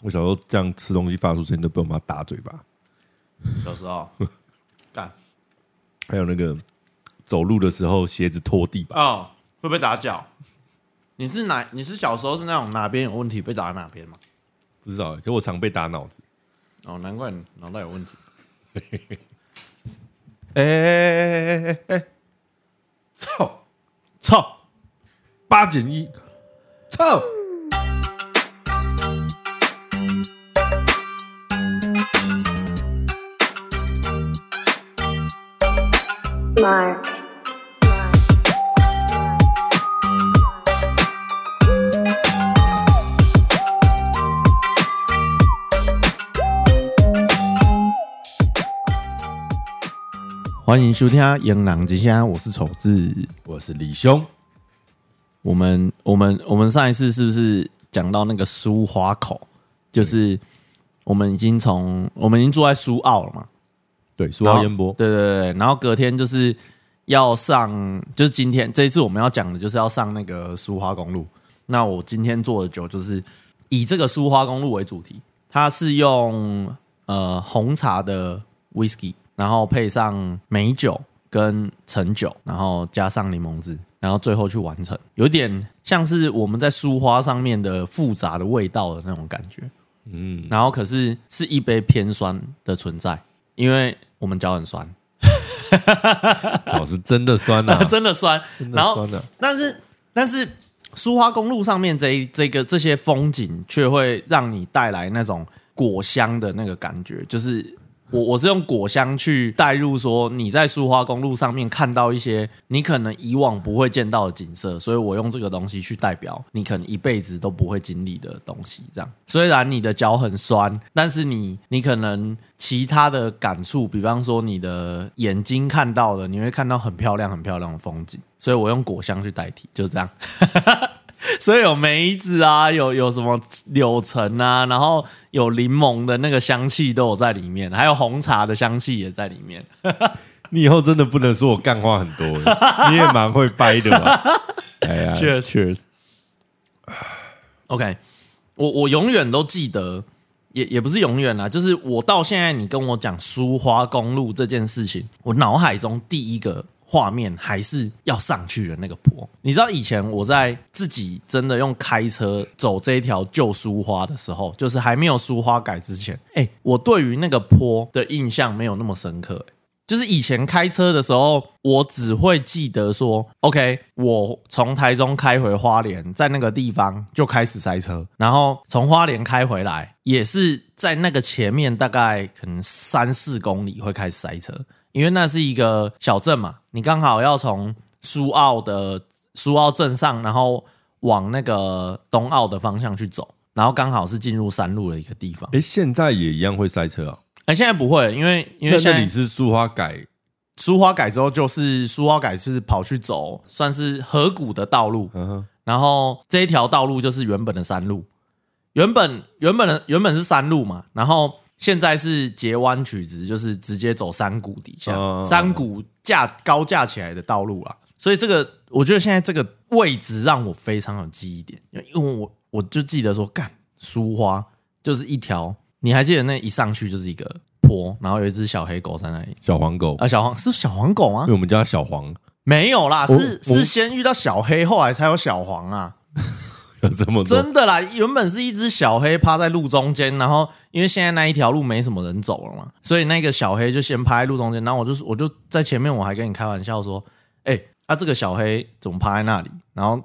我小时候这样吃东西发出声音都被我妈打嘴巴，小时候干还有那个走路的时候鞋子拖地板，哦，会被打脚。你是哪？你是小时候是那种哪边有问题被打哪边吗？不知道欸，可我常被打脑子。哦，难怪你脑袋有问题。哎哎哎哎哎哎！操操！八减一，操！ Mark. 欢迎收听《英朗之乡》，我是丑志。我是李兄，我们我们我们上一次是不是讲到那个苏花口？就是我们已经从我们已经住在苏澳了嘛，对，苏然澳后烟波，对对对，对然后隔天就是要上，就是今天这一次我们要讲的就是要上那个苏花公路。那我今天做的酒就是以这个苏花公路为主题，它是用呃红茶的 whisky，然后配上美酒跟橙酒，然后加上柠檬汁，然后最后去完成，有点像是我们在苏花上面的复杂的味道的那种感觉。嗯，然后可是是一杯偏酸的存在，因为我们脚很酸，，脚是真的酸呐、啊真的酸。真的然后酸，啊，但是但是苏花公路上面这一这个这些风景，却会让你带来那种果香的那个感觉，就是。我我是用果香去带入，说你在苏花公路上面看到一些你可能以往不会见到的景色，所以我用这个东西去代表你可能一辈子都不会经历的东西。这样，虽然你的脚很酸，但是你你可能其他的感触，比方说你的眼睛看到了，你会看到很漂亮很漂亮的风景。所以我用果香去代替，就是这样。所以有梅子啊，有有什么柳橙啊，然后有柠檬的那个香气都有在里面，还有红茶的香气也在里面。你以后真的不能说我干话很多欸，你也蛮会掰的嘛。哎呀， Cheers, cheers. OK，我我永远都记得，也也不是永远啦，就是我到现在你跟我讲苏花公路这件事情，我脑海中第一个画面还是要上去的那个坡。你知道以前我在自己真的用开车走这一条旧苏花的时候，就是还没有苏花改之前，哎、我对于那个坡的印象没有那么深刻、哎就是以前开车的时候，我只会记得说，OK，我从台中开回花莲，在那个地方就开始塞车，然后从花莲开回来，也是在那个前面大概可能三四公里会开始塞车，因为那是一个小镇嘛，你刚好要从苏澳的苏澳镇上，然后往那个东澳的方向去走，然后刚好是进入山路的一个地方。哎，现在也一样会塞车啊、哎、现在不会，因为因那为现那在里是苏花改，苏花改之后，就是苏花改是跑去走算是河谷的道路，嗯哼，然后这一条道路就是原本的山路，原本原本的原本是山路嘛，然后现在是截弯曲直，就是直接走山谷底下，嗯山谷架高架起来的道路啦。所以这个我觉得现在这个位置让我非常有记忆点，因为因为我我就记得说，干苏花就是一条，你还记得那一上去就是一个坡，然后有一只小黑狗在那里。小黄狗，啊，小黄是小黄狗吗因为？我们叫它小黄， 没有啦，嗯我是我是先遇到小黑，后来才有小黄啊，有这么多，真的啦。原本是一只小黑趴在路中间，然后因为现在那一条路没什么人走了嘛，所以那个小黑就先趴在路中间。然后我就我就在前面，我还跟你开玩笑说，哎、啊这个小黑怎么趴在那里？然后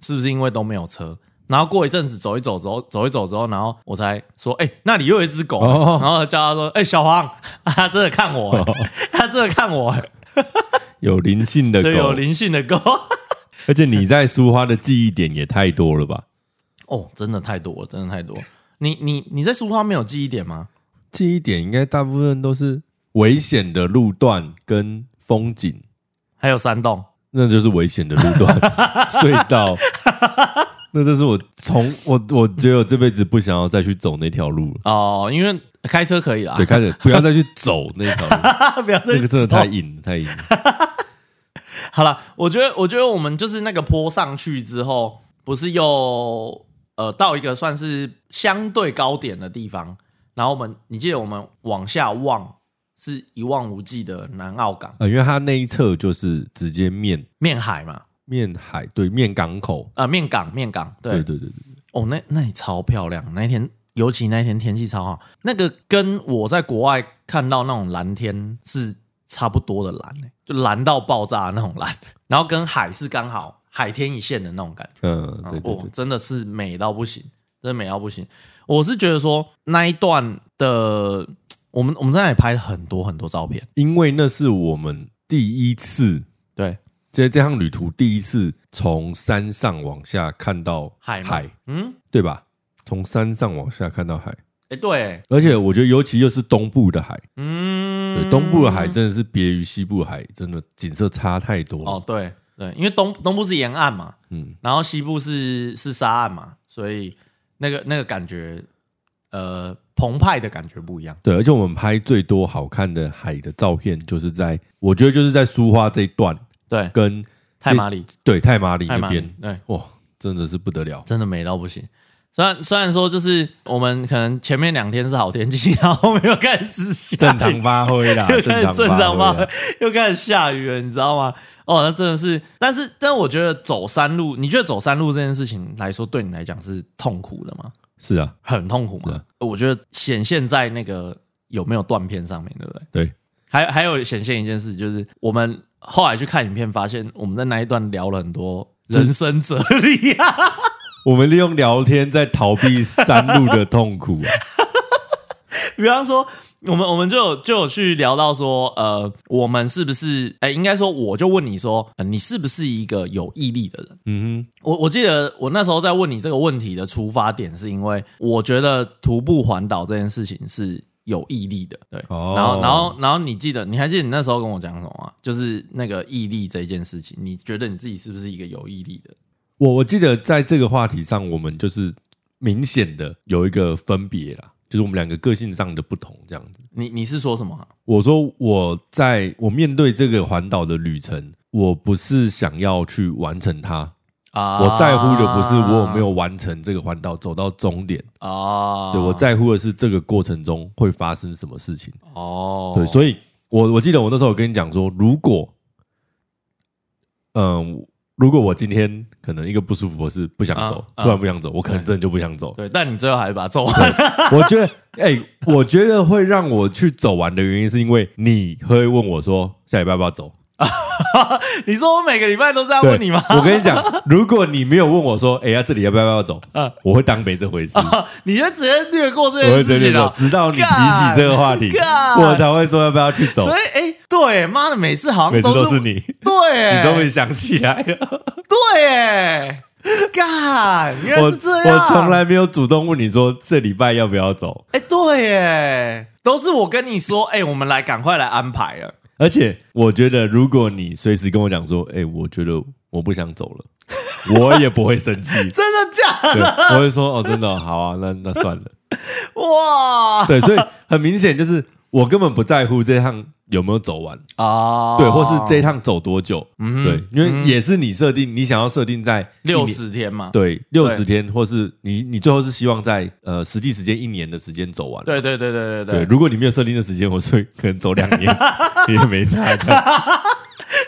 是不是因为都没有车？然后过一阵子走一走之后，走一走之后，然后我才说，哎、那里又有一只狗，哦然后叫他说，哎、小黄， 啊、他真的看我、他真的看我、欸有灵性的对，有狗，灵性的狗。而且你在苏花的记忆点也太多了吧？哦，真的太多了，真的太多了。你你你在苏花没有记忆点吗？ 记忆点应该大部分都是危险的路段跟风景，还有山洞，那就是危险的路 段、隧道。那这是我从我我觉得我这辈子不想要再去走那条路了。哦，因为开车可以啦对，，开始不要再去走那条 路， 不要再那个真的太走硬了，太硬了。好了。我觉得我觉得我们就是那个坡上去之后，不是又呃到一个算是相对高点的地方，然后我们你记得我们往下望是一望无际的南澳港呃，因为它那一侧就是直接面面海嘛，面海，对面港口，啊、面港面港，对对对对对，哦，那那里超漂亮，那一天尤其那一天天气超好，那个跟我在国外看到那种蓝天是差不多的蓝、欸，就蓝到爆炸的那种蓝，然后跟海是刚好海天一线的那种感觉，嗯，对对哦对，，真的是美到不行，真的美到不行。我是觉得说那一段的，我们我们在那里拍了很多很多照片，因为那是我们第一次，对，这这趟旅途第一次从山上往下看到海嘛海，嗯，对吧？从山上往下看到海，哎、对、欸而且我觉得尤其又是东部的海，嗯，对，东部的海真的是别于西部海，真的景色差太多了。哦，对对，因为东东部是沿岸嘛，嗯，然后西部是是沙岸嘛，所以那个那个感觉，呃，澎湃的感觉不一样。对，而且我们拍最多好看的海的照片，就是在我觉得就是在苏花这一段对，跟太麻里，对太麻里太那麻里边，，对，哇，真的是不得了。真的美到不行。虽然虽然说就是我们可能前面两天是好天气， 然后后面又开始下雨正常发挥啦， 又开始正发常发挥挥啊。，又开始下雨了，你知道吗？哦，那真的是，但是但我觉得走山路，你觉得走山路这件事情来说，对你来讲是痛苦的吗？是啊，很痛苦是嘛啊。我觉得显现在那个有没有断片上面，对不对？对，还还有显现一件事，就是我们后来去看影片，发现我们在那一段聊了很多人生哲理啊。 我们利用聊天在逃避山路的痛苦 啊。比方说，我们我们就有就有去聊到说，呃，我们是不是？哎、应该说，我就问你说、呃你是不是一个有毅力的人？嗯我我记得我那时候在问你这个问题的出发点，是因为我觉得徒步环岛这件事情是有毅力的，对。哦然后然后然后你记得，你还记得你那时候跟我讲什么吗？就是那个毅力这一件事情，你觉得你自己是不是一个有毅力的？哼，我我记得在这个话题上，我们就是明显的有一个分别啦，就是我们两个个性上的不同这样子。你你是说什么啊、我说我在我面对这个环岛的旅程，我不是想要去完成它，啊我在乎的不是我有没有完成这个环岛走到终点，啊？对我在乎的是这个过程中会发生什么事情。哦，对，以所以我我记得我那时候有跟你讲说，如果，嗯，如果我今天可能一个不舒服，我是不想走，啊啊突然不想走，我可能真的就不想走。对，但你最后还是把它做完。我觉得， 哎、我觉得会让我去走完的原因，是因为你会问我说下礼拜要不要走。 你说我每个礼拜都这样对啊问你吗？我跟你 讲，如果你没有问我说，哎、呀、这里要不要要走？嗯我会当没这回事，你就直接略过啊这我会件直事接情走了，。直到你提起这个话题，干我才会说要不要去走。所以，哎、对，妈的，每次好每像次都都是，你，对，你终于想起来了。对，哎，干，原来我是这样，我从来没有主动问你说这礼拜要不要走，哎、对，哎，都是我跟你说，哎、我们来赶快来安排了。而且我觉得如果你随时跟我讲说，哎、我觉得我不想走了，我也不会生气，真的假对，我会说哦，真的哦、好啊，那那算了。的？哇对，所以很明显就是我根本不在乎这趟有没有走完，啊对，或是这趟走多久，嗯对，因为也是你设定，你想要设定在一年六。十天嘛？对，六十天，或是你你最后是希望在呃实际时间一年的时间走完，对对对对对，对对，如果你没有设定的时间，我所以可能走两 年也没差。这样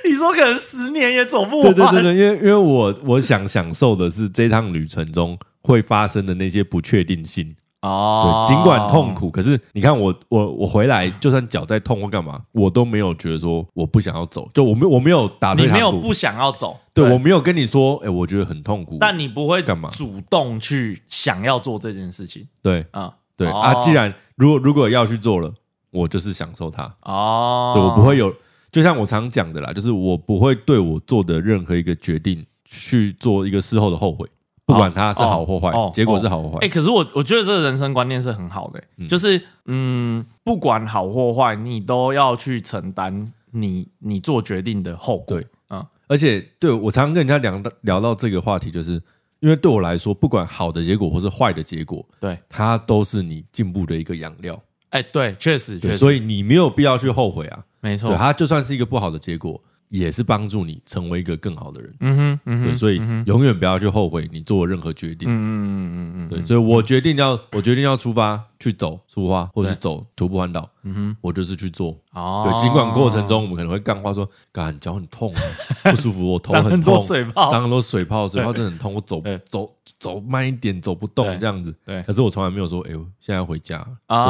你说可能十年也走不对完，对对对，因为因为我我想享受的是这趟旅程中会发生的那些不确定性。哦对，，尽管痛，苦，可是你看我我我回来，就算脚再痛或干嘛，我都没有觉得说我不想要走，就我没有我没有打退你堂鼓，没有不想要走，对我没有跟你说，哎，我觉得很痛苦。但你不会干嘛主动去想要做这件事情对啊、对哦啊，既然如果如果要去做了，我就是享受它。哦，对我不会有，就像我常讲的啦，就是我不会对我做的任何一个决定去做一个事后的后悔，不管它是好或坏，哦哦结果是好或坏。哎、可是我我觉得这个人生观念是很好的、欸就是嗯，不管好或坏，你都要去承担你你做决定的后果。对嗯，而且对我常常跟人家聊到聊到这个话题，就是因为对我来说，不管好的结果或是坏的结果，对，它都是你进步的一个养料。哎、对，确实，确对，实，所以你没有必要去后悔啊。没错对，，它就算是一个不好的结果，也是帮助你成为一个更好的人。嗯哼，嗯对，哼，所以嗯哼永远不要去后悔你做任何决定。嗯嗯嗯嗯嗯，对，所以我决定要，我决定要出发去走出发，或者是对走徒步环岛，嗯哼，我就是去做。哦，对，尽管过程中我们可能会干话说，干脚很痛啊，不舒服，我头 长很很多痛，水泡长很多水泡，水泡真的很痛，我走对走走慢一点，走不动对这样子。对可是我从来没有说，哎，我现在要回家，我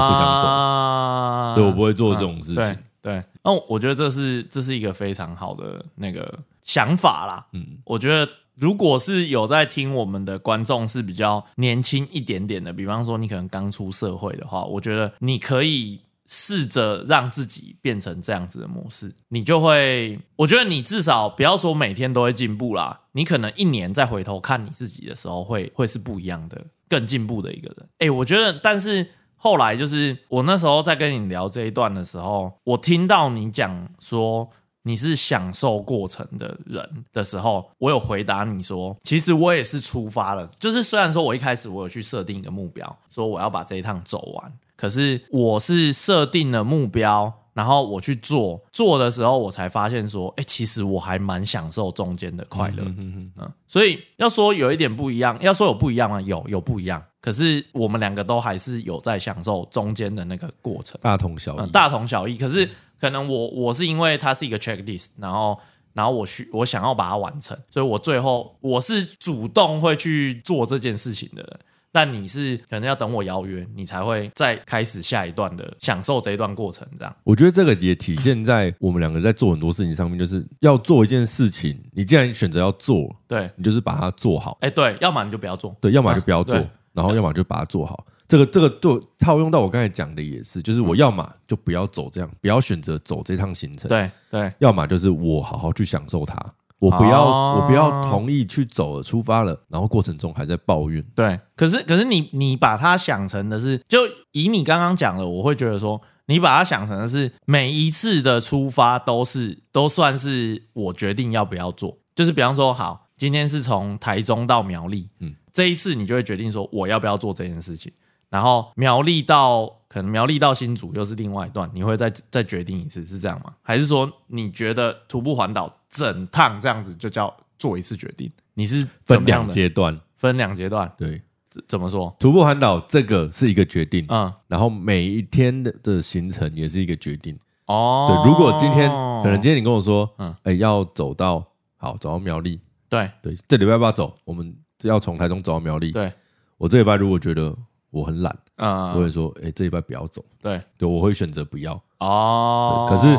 不想走，啊，对我不会做这种事对情。对，那我觉得这是这是一个非常好的那个想法啦。嗯，我觉得如果是有在听我们的观众是比较年轻一点点的，比方说你可能刚出社会的话，我觉得你可以试着让自己变成这样子的模式，你就会，我觉得你至少不要说每天都会进步啦，你可能一年再回头看你自己的时候会，会是不一样的，更进步的一个人。哎，我觉得，但是。后来就是我那时候在跟你聊这一段的时候，我听到你讲说你是享受过程的人的时候，我有回答你说，其实我也是出发了，就是虽然说我一开始我有去设定一个目标，说我要把这一趟走完，可是我是设定了目标。然后我去做，做的时候我才发现说，哎，其实我还蛮享受中间的快乐。嗯哼哼嗯，所以要说有一点不一样，要说有不一样吗？有有不一样，可是我们两个都还是有在享受中间的那个过程，大同小嗯、异。大同小异。可是可能我我是因为它是一个 checklist，然后然后我需我想要把它完成，所以我最后我是主动会去做这件事情的人。但你是可能要等我邀约，你才会再开始下一段的享受这一段过程，这样。我觉得这个也体现在我们两个在做很多事情上面，就是要做一件事情，你既然选择要做，对，哎、你就是把它做好。对，要么你就不要做，对，要么就不要啊做，对然后要么就把它做好。这个这个就套用到我刚才讲的也是，就是我要么就不要走这样，不要选择走这趟行程，，嗯对对，要么就是我好好去享受它，我不要、哦我不要同意去走了，出发了，然后过程中还在抱怨，对，可是可是你你把它想成的是，就以你刚刚讲的，我会觉得说，你把它想成的是每一次的出发都是都算是我决定要不要做，就是比方说，好，今天是从台中到苗栗，嗯嗯，这一次你就会决定说我要不要做这件事情，然后苗栗到可能苗栗到新竹又是另外一段，你会再再决定一次，是这样吗？还是说你觉得徒步环岛整趟这样子就叫做一次决定？你是怎分么样两的？阶段。分两阶段。对，怎怎么说？徒步环岛这个是一个决定，嗯，然后每一天的的行程也是一个决定。哦，对，如果今天可能今天你跟我说，嗯嗯，哎，要走到好走到苗栗，对对，这礼拜要不要走？我们要从台中走到苗栗，对，我这礼拜如果觉得我很懒，嗯，我会说，哎、这礼拜不要走，对对，我会选择不要。哦，对可是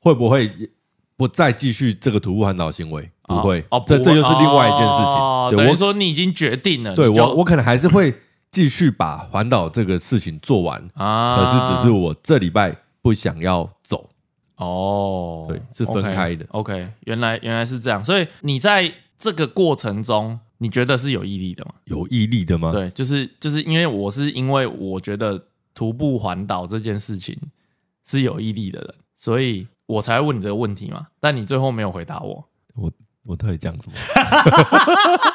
会不会不再继续这个徒步环岛行为？不会，哦，这不这就是另外一件事情。哦对等于我，说你已经决定了，对你就我，我可能还是会继续把环岛这个事情做完，啊，可是只是我这礼拜不想要走。哦，对是分开的 OK，, OK，原来原来是这样，所以你在这个过程中，你觉得是有毅力的吗？有毅力的吗？对，就是就是因为我是因为我觉得徒步环岛这件事情是有毅力的人，所以我才问你这个问题嘛。但你最后没有回答我，我我到底讲什么？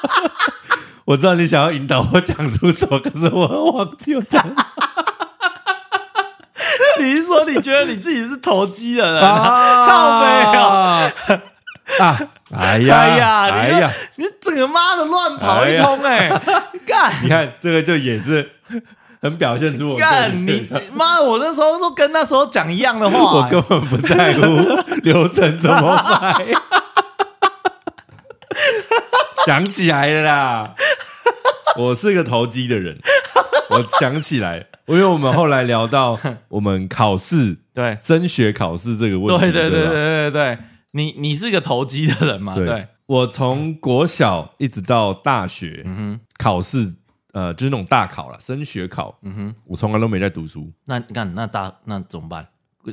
我知道你想要引导我讲出什么，可是我忘记我讲什么 你是说你觉得你自己是投机的人啊？啊！靠背哦！啊！哎呀！哎呀哎你看呀！你整个妈的乱跑一通哎、干你看这个就也是很表现出我个干人 你的妈！我那时候都跟那时候讲一样的话、我欸根，本不在乎流程怎么摆。 想起来了啦，我是个投机的人，我想起来了，因为我们后来聊到我们考试、对升学考试这个问题，对对对吧对对对，你你是个投机的人嘛？对，对，我从国小一直到大学、嗯哼，考试，呃，就是那种大考了，升学考，嗯哼，我从来都没在读书，那干那大那怎么办？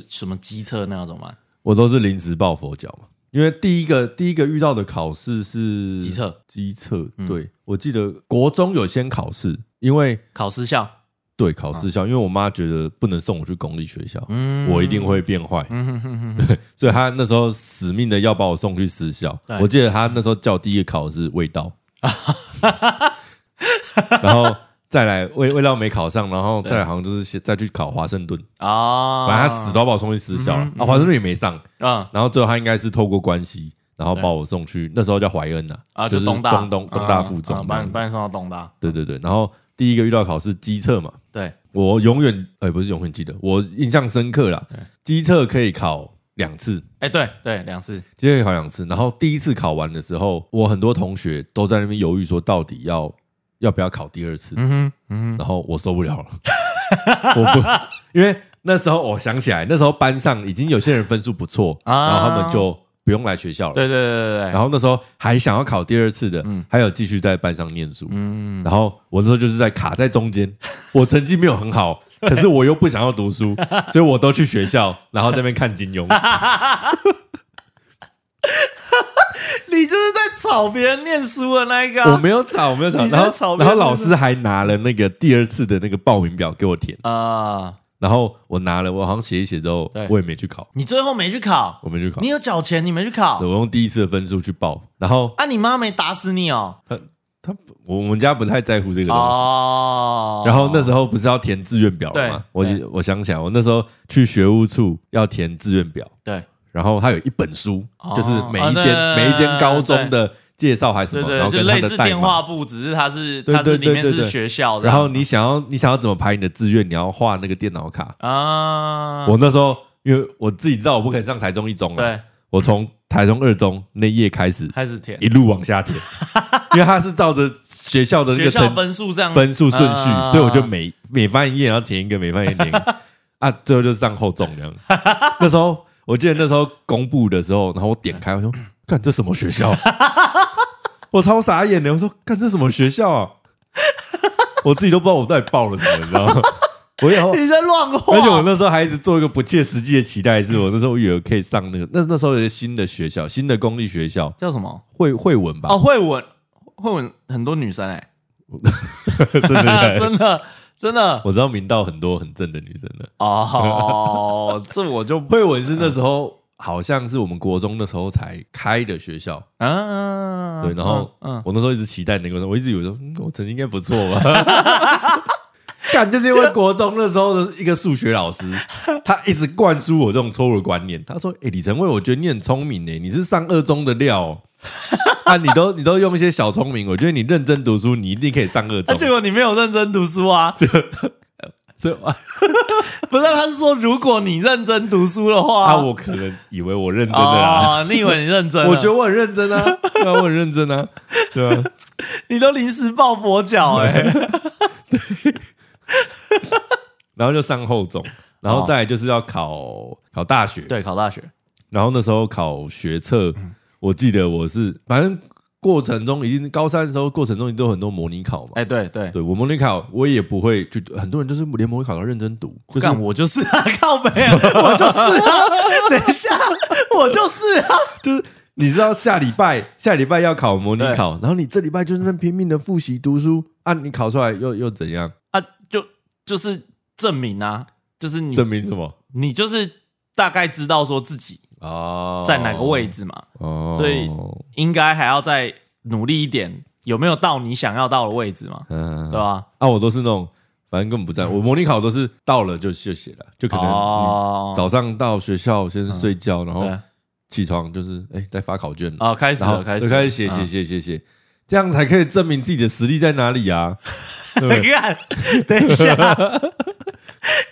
什么机车那要怎么办？我都是临时抱佛脚嘛。因为第一个第一个遇到的考试是机测，嗯机测。对、我记得国中有先考试，因为考私校？对考私校，因为我妈觉得不能送我去公立学校，啊嗯我一定会变坏，嗯哼哼哼哼，所以她那时候死命的要把我送去私校对。我记 得她那时候叫第一个考试味道，然后再来为为到没考上，然后再来好像就是先再去考华盛顿，啊，反正他死都要把我送去私校了嗯啊，华盛顿也没上，嗯然后最后他应该是透过关系，然后把我送去那时候叫怀恩呐，啊，就是东大东东东大嗯附中嗯那把样你子，把你送到东大，对对对，然后第一个遇到考试机测嘛，对，我永远哎、不是永远记得，我印象深刻啦。机测可以考两次，哎对对，两次，机测可以考两次。然后第一次考完的时候，我很多同学都在那边犹豫说，到底要要不要考第二次？嗯哼嗯哼，然后我受不了 了，我不，因为那时候我想起来，那时候班上已经有些人分数不错，啊然后他们就不用来学校了。对对对对对，然后后那时候还想要考第二次的，还有继续在班上念书。嗯然后我那时候就是在卡在中间， 我成绩没有很好，可是我又不想要读 书，所以我都去学校，然后在那边看金庸。你就是在吵别人念书的那一个啊，我没有吵，我没有吵。你在然后吵然别后人老师还拿了那个第二次的那个报名表给我填，啊，然后我拿了，我好像写一写之后对，我也没去考，你最后没去考，我没去考你。有缴钱，你没去考对，我用第一次的分数去报，然后啊？你妈没打死你哦？他我我们家不太在乎这个东西。哦，然后那时候候不是要填志愿表了吗对？我对我想起来，我那时候去学务处要填志愿表，对然后它有一本书，哦就是每啊一对间、对每一间高中对的介绍还是什对么，然后对，就跟它类的似代电码。话簿，只是它是对它对是对里面对是对学校的，然后你想要你想要怎么排你的志愿，你要画那个电脑卡。啊，我那时候因为我自己知道我不可以上台中一中了，对我从台中二中那页开始开始填一路往 下填，因为它是照着学校的那学个校成分数这样分数顺序，啊所以我就每每翻一页，然后填一个，每翻一页填一 个啊，最后就是上厚重这样。那时候我记得那时候公布的时候，然后我点开，我说：“看这什么学 校？”啊我超傻眼的，我说：“看这什么学校啊？”我自己都不知道我到底报了什么，你知道 吗？我也你在乱画，而且我那时候还一直做一个不切实际的期待，是我那时候以为可以上那个，那那时候有一个新的学校，新的公立学校，叫什么？会会文吧？哦，会吻会吻很多女生哎、 对对欸，对， 真的真的我知道明道很多很正的女生的。 哦，这我就惠文是那时候好像是我们国中那时候才开的学校，嗯，对，然后嗯，我那时候一直期待能够上，我一直以为说、嗯、我成绩应该不错吧。 干就是因为国中那时候的一个数学老 师，他一直灌输我这种错误的观念。他说：“哎、李晨蔚，我觉得你很聪明欸诶、你是上二中的料、 哦、啊，你都你都用一些小聪明，我觉得你认真读书，你一定可以上二那、中。啊结”果你没有认真读书 啊？所以啊不是，他是说如果你认真读书的话，啊，我可能以为我认真的啦，哦，你以为你认 真了？我觉得我很认真 啊，对啊，我很认真啊，对啊。你都临时抱佛脚哎、欸，然后就上厚总，然后再来就是要考考大学。，哦对，考大学，然后那时候考学测，我记得我是反正过程中已经高三的时候，过程中一定都有很多模拟考嘛。哎、对对。对我模拟考，我也不会去，很多人就是连模拟考都认真读，就是干我就是 啊，靠北啊，我就是 啊，等一下，我就是啊，就是你知道下礼拜下礼拜要考模拟考，然后你这礼拜就是那拼命的复习读书啊，你考出来又又怎样？啊，就就是证明啊，就是你证明什么？你就是大概知道说自己哦，在哪个位？置嘛，哦，所以应该还要再努力一点，有没有到你想要到的位置嘛？嗯对，吧？啊，我都是那种，反正根本不在乎。我模拟考都是到了就就写了，就可能你哦，早上到学校先是睡觉，然后对起床就是哎在发考卷，哦，开始然后了，开始嗯就了开始写写，写写写，这样才可以证明自己的实力在哪里 啊。对不嗯对看， 等一下，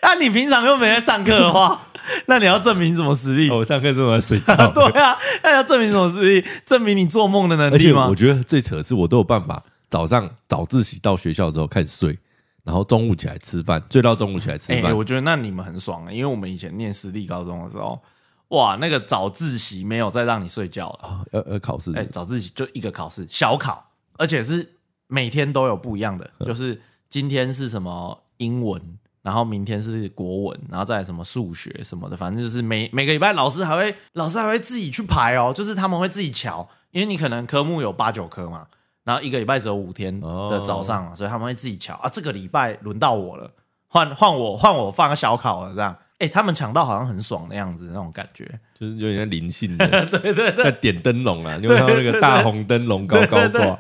那你平常又没在上课的话， 那你要证明什么实力？，哦我上课这么爱睡觉 对啊，那要证明什么实力？证明你做梦的能 而力且吗我？觉得最扯的是，我都有办法早上早自习到学校之后开始睡，然后中午起来吃饭，睡到中午起来吃哎、饭。我觉得那你们很爽、啊因为我们以前念私立高中的时候，哇，那个早自习没有再让你睡觉了。啊要要考试哎、早自习就一个考试，小考，而且是每天都有不一样的，嗯 就是今天是什么英文，然后明天是国文，然后再来什么数学什么的，反正就是每每个礼拜老师还会老师还会自己去排哦，就是他们会自己瞧，因为你可能科目有八九科嘛，然后一个礼拜只有五天的哦早上嘛，所以他们会自己瞧啊，这个礼拜轮到我了，换换我换我放个小考了这样。哎、他们抢到好像很爽的样子，那种感觉。 就是有点像灵性的，对对 对，在点灯笼啊，你有没有看到那个大红灯笼高高对对 挂？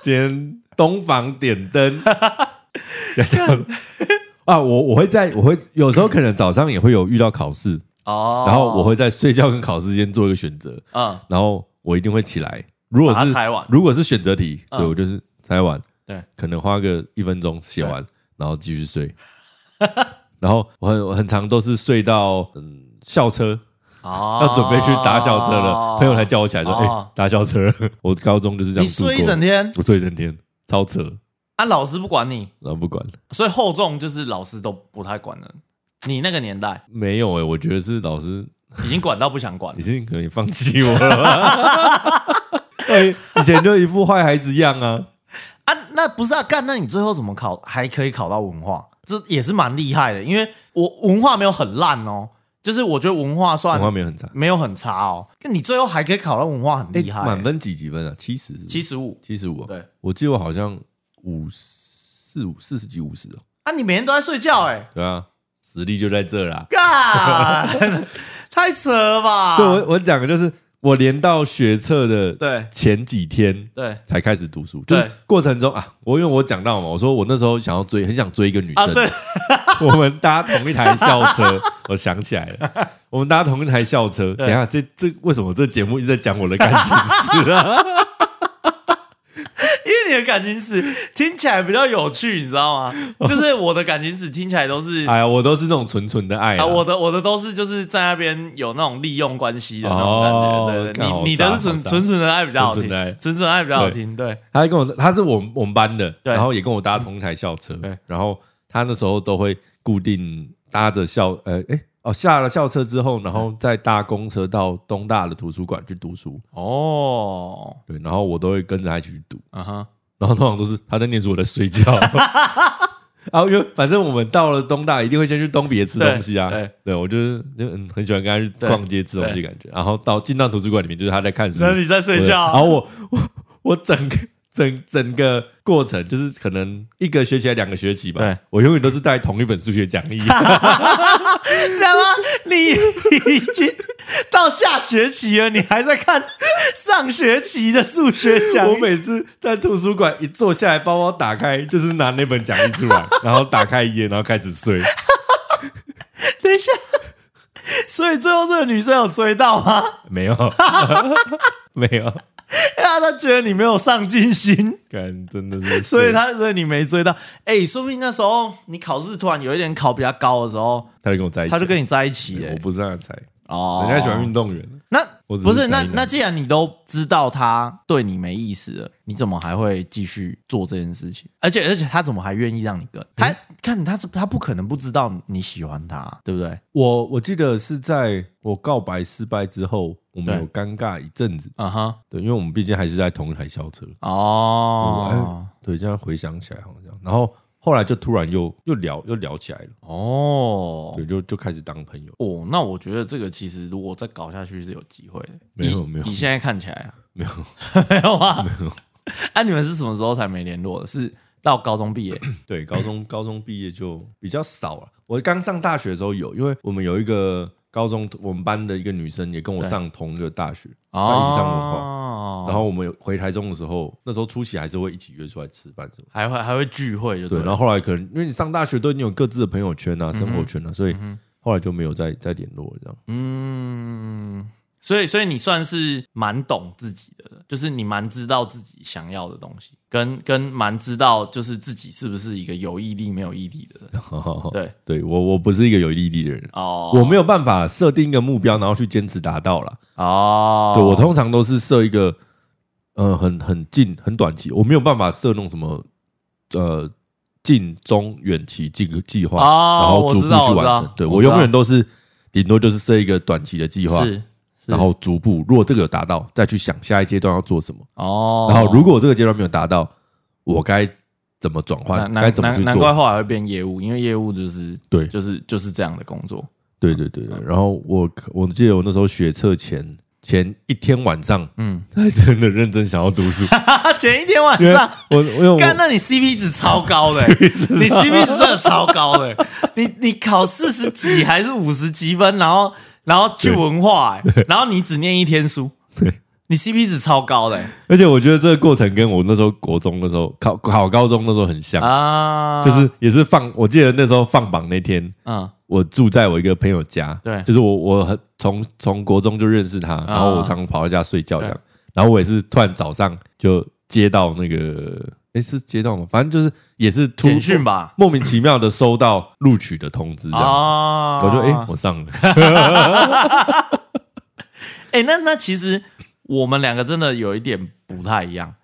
今天东房点 灯，这样子啊，我我会在我会有时候可能早上也会有遇到考试，哦，然后我会在睡觉跟考试之间做一个选择，嗯，然后我一定会起来。如果把它是猜完如果是选择题，嗯对我就是猜完，对，可能花个一分钟写完，然后继续睡。然后我很我很常都是睡到嗯校车哦，要准备去搭校车了，朋友才叫我起来说：“哦哎，搭校车 了。”我高中就是这你样度过睡一整，天，我睡一整天， 超扯，啊，老师不管你，然后不管。所以厚重就是老师都不太管了。你那个年代没有哎、我觉得是老师已经管到不想 管已了，经可以放弃我了。 对，以前就一副坏孩子样 啊。啊，那不是啊，干，那你最后怎么考还可以考到文化？这也是蛮厉害的，因为我文化没有很烂哦，就是我觉得文化算文化没有很差，没有很差哦，但你最后还可以考到文化，很厉害、欸哎满分几几分啊？七十，七十五，七十五啊？对我记得我好像五四五四十几五十哦。啊，你每天都在睡觉哎、对啊，实力就在这啦。 干，太扯了吧？就我我讲的就是，我连到学测的对前几天对才开始读书，就是对过程中啊，我因为我讲到嘛，我说我那时候想要追，很想追一个女啊，生，对， 我们搭同一台校车， 我想起来了，我们搭同一台校车。等一下，这这为什么这节目一直在讲我的感情事 啊？因为你的感情史听起来比较有趣，你知 道吗？就是我的感情史听起来都是哎呀，我都是那种纯纯的爱啦啊，我的我的都是就是在那边有那种利用关系的那种感哦觉，对对，干好你你的渣是好纯渣纯纯的爱比较好听纯纯的爱，纯纯的爱比较好听，对，他还跟我，他是我们我们班的，对然后也跟我搭同一台校车，对然后他那时候都会固定搭着校，呃，哎、哦，下了校车之后，然后再搭公车到东大的图书馆去读书，哦，对，然后我都会跟着他一起去读，嗯哼，然后通常都是他在念书，我在睡 觉。然后因为反正我们到了东大，一定会先去东别吃东西啊。对对我就是就嗯很喜欢跟他去逛街吃东西，的感觉。然后到进到图书馆里面，就是他在看书，那你在睡觉啊我然后我我我整个整整个过程，就是可能一个学期还两个学期吧，对我永远都是带同一本数学讲义。那么你已经到下学期了，你还在看上学期的数学讲 义？我每次在图书馆一坐下来，包包打开，就是拿那本讲义出来，然后打开一页，然后开始睡。等一下，所以最后这个女生有追到吗？没有， 没有。因为她觉得你没有上进心，感真的 是， 所以她所以你没追到。哎、说不定那时候你考试突然有一点考比较高的时候，他就跟我在一起，她就跟你在一起、对欸。我不是让他猜，哦人家喜欢运动员，那我只是不是宅那男那既然你都知道他对你没意思了，你怎么还会继续做这件事情？而且而且他怎么还愿意让你跟他？看他他不可能不知道你喜欢他，对不对？我我记得是在我告白失败之后，我们对有尴尬一阵子，啊哈，对，因为我们毕竟还是在同一台校车，哦哎对，这样回想起来好像，然后后来就突然又又聊又聊起来了，哦对，就就开始当朋友，哦，那我觉得这个其实如果再搞下去是有机会的。没有以没有以现在看起来啊没有， 没有啊，没有。 啊，你们是什么时候才没联络的？是到高中毕业对，高中 高中毕业就比较少了，我刚上大学的时候有，因为我们有一个高中我们班的一个女生也跟我对上同一个大学， 在一起上文化。哦然后我们有回台中的时候，那时候初期还是会一起约出来吃饭什么。还会还会聚会就对，了然后后来可能因为你上大学都已经有各自的朋友圈啊、生活圈啊，所以后来就没有再再联络了这样。嗯，所以所以你算是蛮懂自己的，就是你蛮知道自己想要的东西，跟跟蛮知道就是自己是不是一个有毅力没有毅力的人。 对，对我我不是一个有毅力的人，啊哦，我没有办法设定一个目标，然后去坚持达到啦。哦，对我通常都是设一个，呃，很很近很短期，我没有办法设那种什么，呃。近中远期计计划，哦然后逐我步知道去我完知道成。对我我知永道远都是顶多就是设一个短期的计划，是，是然后逐步，如果这个有达到，再去想下一阶段要做什么。哦，然后如果这个阶段没有达到，我该怎么转难换，该难怎么去难难怪做？后来会变业务，因为业务就是对就是就是这样的工 作。对对对对。然后我我记得我那时候学测前前一天晚上，嗯，才真的认真想要读 书，前一天晚因为上。我因为我啊干，那你 CP 值超高的欸、 你 CP 值真的超高的欸、你你考四十几还是五十几分，然后然后去文化、欸，然后你只念一天书，你 CP 值超高的、欸而且我觉得这个过程跟我那时候国中的时候考考高中的时候很像，啊，就是也是放，我记得那时候放榜那天，嗯，我住在我一个朋友家，对啊就是我我很从从国中就认识他，然后我常常跑到家睡觉这样，然后我也是突然早上就接到那个，诶，是接到吗？反正就是也是突简讯吧，莫名其妙的收到录取的通知这样子，啊我就诶，我上了，哎、那那其实我们两个真的有一点不太一样。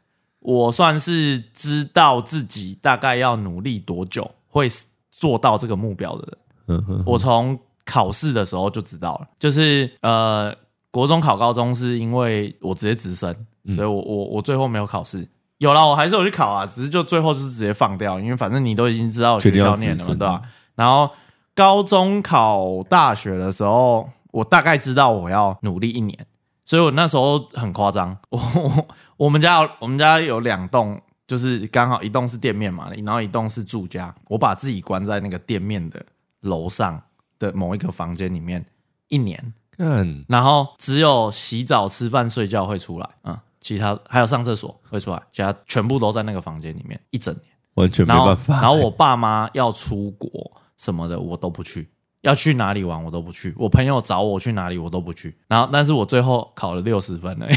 我算是知道自己大概要努力多久会做到这个目标的人。嗯 哼我从考试的时候就知道了，就是呃，国中考高中是因为我直接直升，嗯所以我我我最后没有考试。有啦，我还是有去考啊，只是就最后就是直接放掉，因为反正你都已经知道学校念了确定要直嘛，升对吧、然后高中考大学的时候，我大概知道我要努力一年，所以我那时候很夸张， 我我我们家有我们家有两栋，就是刚好一栋是店面嘛，然后一栋是住家，我把自己关在那个店面的楼上的某一个房间里面一年，看然后只有洗澡、吃饭、睡觉会出来，嗯，其他还有上厕所会出来，其他全部都在那个房间里面一整年。完全没然后办，法，然后我爸妈要出国什么的，我都不去。要去哪里玩我都不去，我朋友找我去哪里我都不去。然后，但是我最后考了六十分了，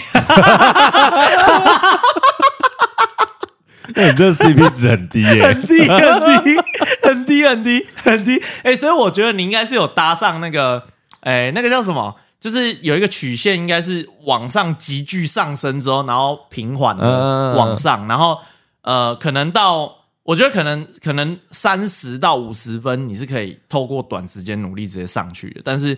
那你这 CP 值很低耶 很，低很低 很低很低很低。哎、所以我觉得你应该是有搭上那个，哎、那个叫什么？就是有一个曲线，应该是往上急剧上升之后，然后平缓嗯嗯嗯的往上，然后呃，可能到我觉得可能可能三十到五十分，你是可以透过短时间努力直接上去的，但是。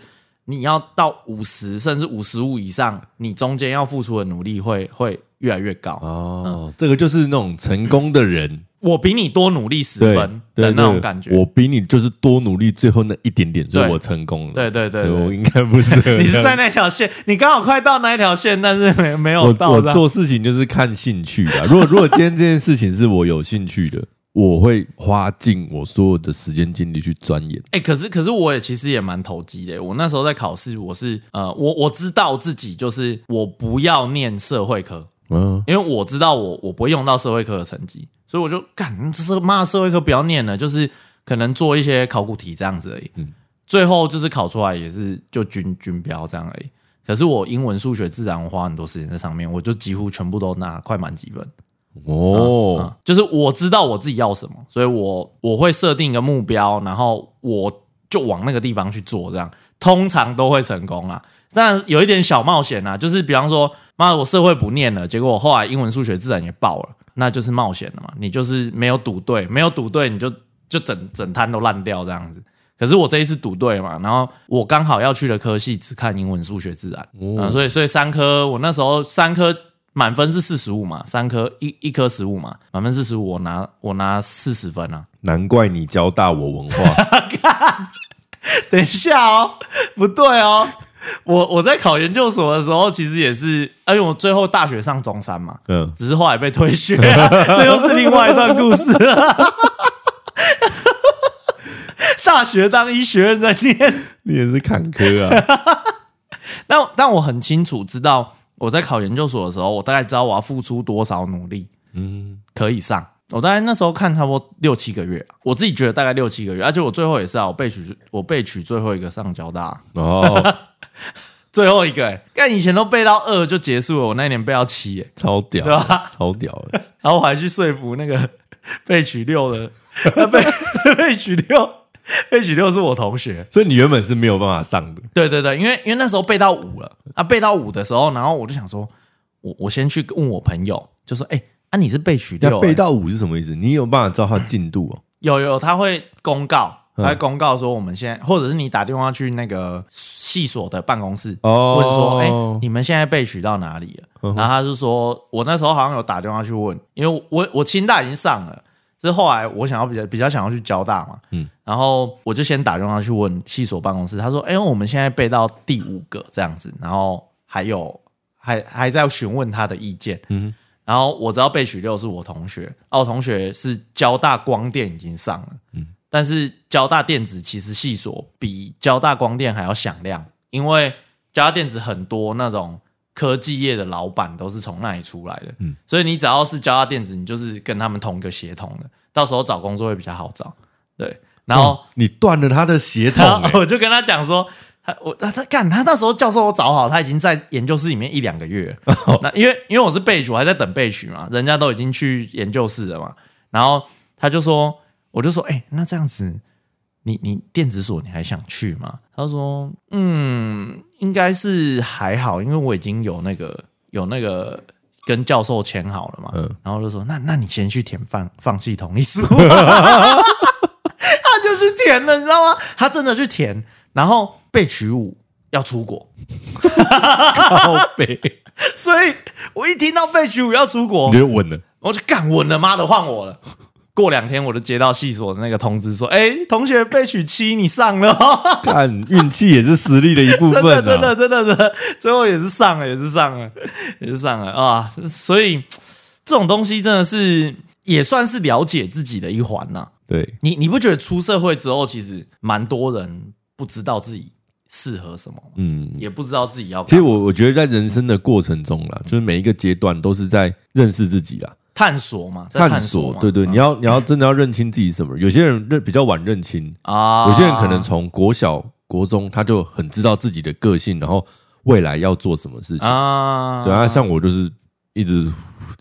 你要到五十甚至五十五以上，你中间要付出的努力会会越来越 高。哦，这个就是那种成功的人。我比你多努力十对分对的那种对感觉。我比你就是多努力，最后那一点点，所以对我成功了。对对对对我应该不 是你是在那条线，你刚好快到那一条线，但是没没有我到。我这样做事情就是看兴趣吧。如果如果今天这件事情是我有兴趣的，我会花尽我所有的时间精力去钻研。哎、可是可是我也其实也蛮投机的。我那时候在考试，我是呃，我我知道自己就是我不要念社会科，嗯，因为我知道我我不会用到社会科的成绩，所以我就干，这是妈的社会科不要念了，就是可能做一些考古题这样子而已。嗯最后就是考出来也是就均均标这样而已。可是我英文、数学、自然，我花很多时间在上面，我就几乎全部都拿快满几分。哦嗯，就是我知道我自己要什么，所以我我会设定一个目标，然后我就往那个地方去做，这样通常都会成功啦。但有一点小冒险啊，就是比方说，妈的，我社会不念了，结果我后来英文、数学、自然也爆了，那就是冒险了嘛。你就是没有赌对，没有赌对，你就就整整摊都烂掉这样子。可是我这一次赌对嘛，然后我刚好要去的科系只看英文、数学、自然，哦啊，所以所以三科，我那时候三科满分是四十五嘛，三科一一科十五嘛，满分四十五，我拿我拿四十分啊。难怪你教大我文化， 等一下哦，不对哦，我我在考研究所的时候，其实也是，因为我最后大学上中山嘛，嗯，只是后来被退学、 啊，这又是另外一段故 事、啊。大学当医学院在念，你也是坎坷啊。 但但我很清楚知道，我在考研究所的时候，我大概知道我要付出多少努力，嗯，可以上。我大概那时候看差不多六七个月，我自己觉得大概六七个月，而且我最后也是啊，我被取我被取最后一个上交大，哦，最后一个、欸，但以前都背到二就结束了，我那一年背到七、欸，超屌对吧，超屌的，然后我还去说服那个 被取六的，呃被 被取六，被取六是我同学，所以你原本是没有办法上的。对对对，因为因为那时候背到五了啊，背到五的时候，然后我就想说，我我先去问我朋友，就说，哎、啊你是被取六、那欸，背到五是什么意思？你有办法知道它进度哦？有有，他会公告，嗯他会公告说我们现在，或者是你打电话去那个系所的办公室，哦问说，哎、你们现在被取到哪里了？嗯哼然后他就说，我那时候好像有打电话去问，因为我我清大已经上了，是后来我想要比较比较想要去交大嘛，嗯嗯，然后我就先打电话去问系所办公室，他说，哎、我们现在被到第五个这样子，然后还有还还在询问他的意见，嗯嗯。然后我知道被取六是我同学，啊，我同学是交大光电已经上了，但是交大电子其实系所比交大光电还要响亮，因为交大电子很多那种科技业的老板都是从那里出来的，嗯所以你只要是交大电子，你就是跟他们同一个协同的，到时候找工作会比较好找。对，然后、哦你断了他的血统、然后欸，我就跟他讲说，他我他他干他那时候教授我找好，他已经在研究室里面一两个月了。那因为因为我是备取，我还在等备取嘛，人家都已经去研究室了嘛。然后他就说，我就说，哎、那这样子，你你电子所你还想去吗？他说，嗯，应该是还好，因为我已经有那个有那个。跟教授签好了嘛，嗯然后我就说那那你先去填放放弃同意书， 他就去填了，你知道吗？他真的去填，然后被取五要出国， 靠北，所以我一听到被取五要出国你，就稳了。我就干稳了，妈的换我了。过两天我就接到系所的那个通知说，哎、同学被取七，你上了、 哦，看运气也是实力的一部真分、的啊，真的真的真的，最后也是上了，也是上了，也是上了啊！所以这种东西真的是也算是了解自己的一环呐、对，你你不觉得出社会之后，其实蛮多人不知道自己适合什么吗，嗯，也不知道自己要干嘛其实我我觉得在人生的过程中啦，就是每一个阶段都是在认识自己啦，探索嘛，在探索嘛，对对，嗯你要你要真的要认清自己什么人。有些人认比较晚认清，啊，有些人可能从国小、国中他就很知道自己的个性，然后未来要做什么事情。啊，对啊，像我就是一直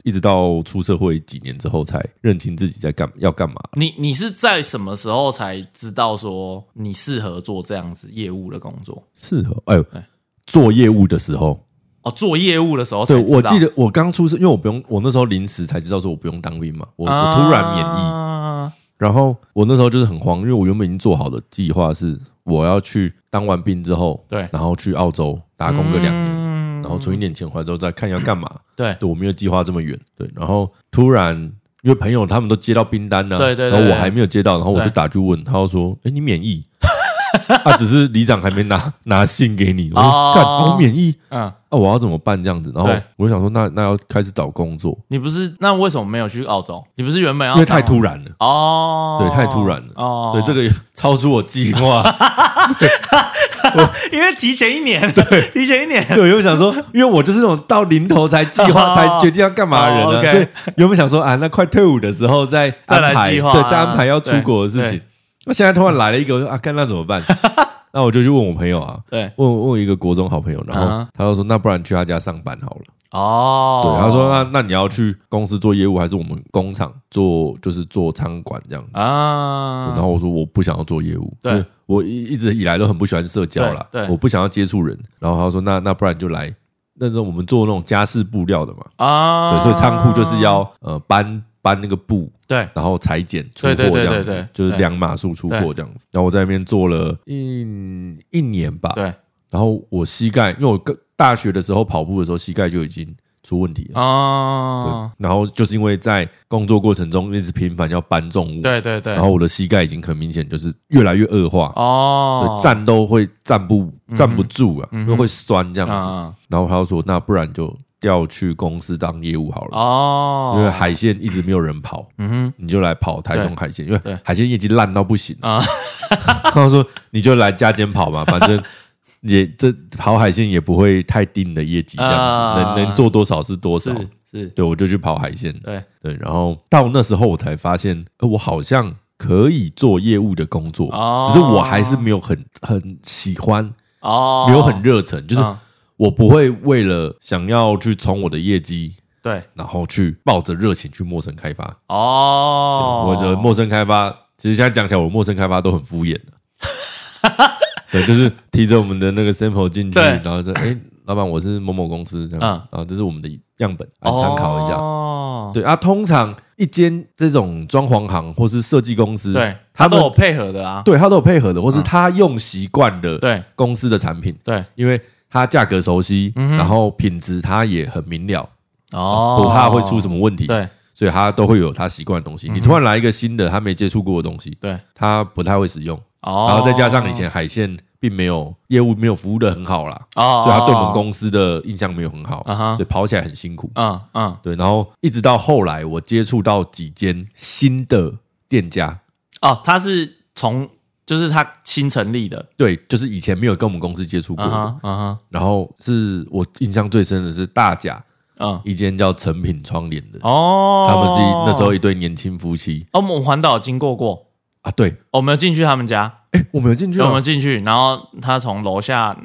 一直到出社会几年之后才认清自己在干要干嘛。你你是在什么时候才知道说你适合做这样子业务的工作？适合哎呦哎，做业务的时候，哦，做业务的时候才对知道我记得我刚出生，因为我不用，我那时候临时才知道说我不用当兵嘛，我我突然免疫。啊然后我那时候就是很慌，因为我原本已经做好的计划是我要去当完兵之后，对然后去澳洲打工个两年，嗯然后存一点钱回来之后再看要干嘛。对对，我没有计划这么远，对。然后突然因为朋友他们都接到兵单呢、对对对然后我对还没有接到，然后我就对打去问，他就说：“哎，你免疫？ 啊，只是里长还没拿拿信给你。”我说哦：“干，啊我免疫嗯，啊，我要怎么办这样子？”然后对我就想说，那那要开始找工作，你不是那为什么没有去澳洲？你不是原本要因为太干嘛突然了。哦，对太突然了哦，对，这 个也超出我计划。 因为提前一年，对， 提前一年，对，我想说，因为我就是那种到临头才计哦 划、才决定要干嘛的人哦啊， ，OK 所以原本想说啊，那快退伍的时候再再安来排，计划啊对，再安排要出国的事对情。那现在突然来了一个，我说啊，干那怎么 办？那我就去问我朋友啊，对问问我一个国中好朋友，然啊后他就说，那不然去他家上班好了。哦，对，他说啊那那你要去公司做业务，还是我们工厂做，就是做仓管这样子？啊，然后我说我不想要做业务，对因为我一一直以来都很不喜欢社交啦，对对我不想要接触人。然后他说那那不然就来，那时候我们做那种家事布料的嘛，啊，对，所以仓库就是要呃搬搬那个布，对然后裁剪出对货对对这样对对子，就是对两码数出货这样子。然后我在那边做了一一年吧，对然后我膝盖，因为我跟大学的时候跑步的时候膝盖就已经出问题啊了。哦，对然后就是因为在工作过程中一直频繁要搬重物，对对对，然后我的膝盖已经很明显就是越来越恶化，哦嗯对，，站都会站不站不住啊，因为会酸这样子。啊然后他就说，那不然就调去公司当业务好了，哦，因为海鲜一直没有人跑，嗯你就来跑台中海鲜，因对为海鲜业绩烂到不行。哼啊， 他说你就来加减 跑嘛，反正。也这跑海鲜也不会太定的业绩，这样子、啊能能做多少是多少。是是，对，我就去跑海鲜，对，对，然后到那时候我才发现，呃，我好像可以做业务的工作，哦只是我还是没有很很喜欢，哦，没有很热忱，就是嗯我不会为了想要去冲我的业绩，对然后去抱着热情去陌生开发。哦，我的陌生开发，其实现在讲起来，我陌生开发都很敷衍的。 对，就是提着我们的那个 sample 进去，对然后就哎、老板，我是某某公司这样子，嗯然后这是我们的样本，来参考一下。哦，对啊，通常一间这种装潢行或是设计公司，对，他他都们有配合的啊，对他都有配合的，或是他用习惯的对公司的产品，对，因为它价格熟悉，嗯哼然后品质它也很明了，哦，不怕会出什么问题，对嗯所以它都会有它习惯的东西。你突然来一个新的，他没接触过的东西，对，他不太会使用，哦，然后再加上以前海线并没有业务没有服务的很好啦，哦，哦，所以他对我们哦，公司的印象没有很好啊哈，所以跑起来很辛苦。嗯嗯，对，然后一直到后来，我接触到几间新的店家，哦，他是从就是他新成立的，对，就是以前没有跟我们公司接触过啊的哈啊哈，然后是我印象最深的是大甲嗯，一间叫成品窗帘的，哦，他们是一那时候一对年轻夫妻哦，我们环岛经过过，哦啊，对，我们有进去他们家，哎，我们有进去对，我啊们吗？进去，然后他从楼下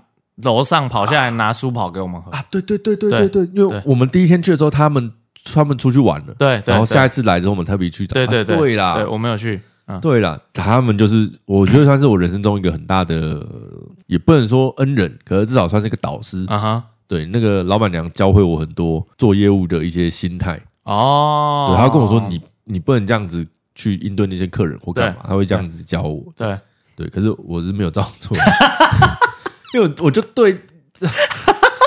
楼上跑下来拿书跑给我们喝，啊，对对对对对对对，因为对我们第一天去的时候，他们他们出去玩了， 对，对然后下一对次来的时候，我们特别去找，对对啊对啦，对我们有去，嗯，对啦，他们就是我觉得算是我人生中一个很大的，也不能说恩人，可是至少算是个导师。啊哈，对，那个老板娘教会我很多做业务的一些心态。哦，对，她跟我说你你不能这样子去应对那些客人或干嘛，她会这样子教我。对，对，可是我是没有照做，因为我我就对这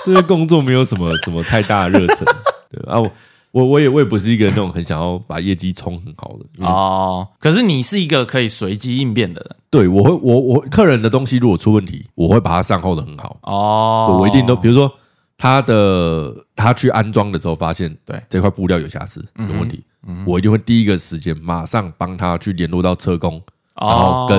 对这工作没有什么什么太大的热忱。对啊，我我我也我也不是一个那种很想要把业绩冲很好的。因为哦，可是你是一个可以随机应变的人，对，我会我我客人的东西如果出问题，我会把它善后的很好。哦对，我一定都，比如说他的他去安装的时候发现，对嗯这块布料有瑕疵、有问题，我一定会第一个时间马上帮他去联络到车工，哦然后跟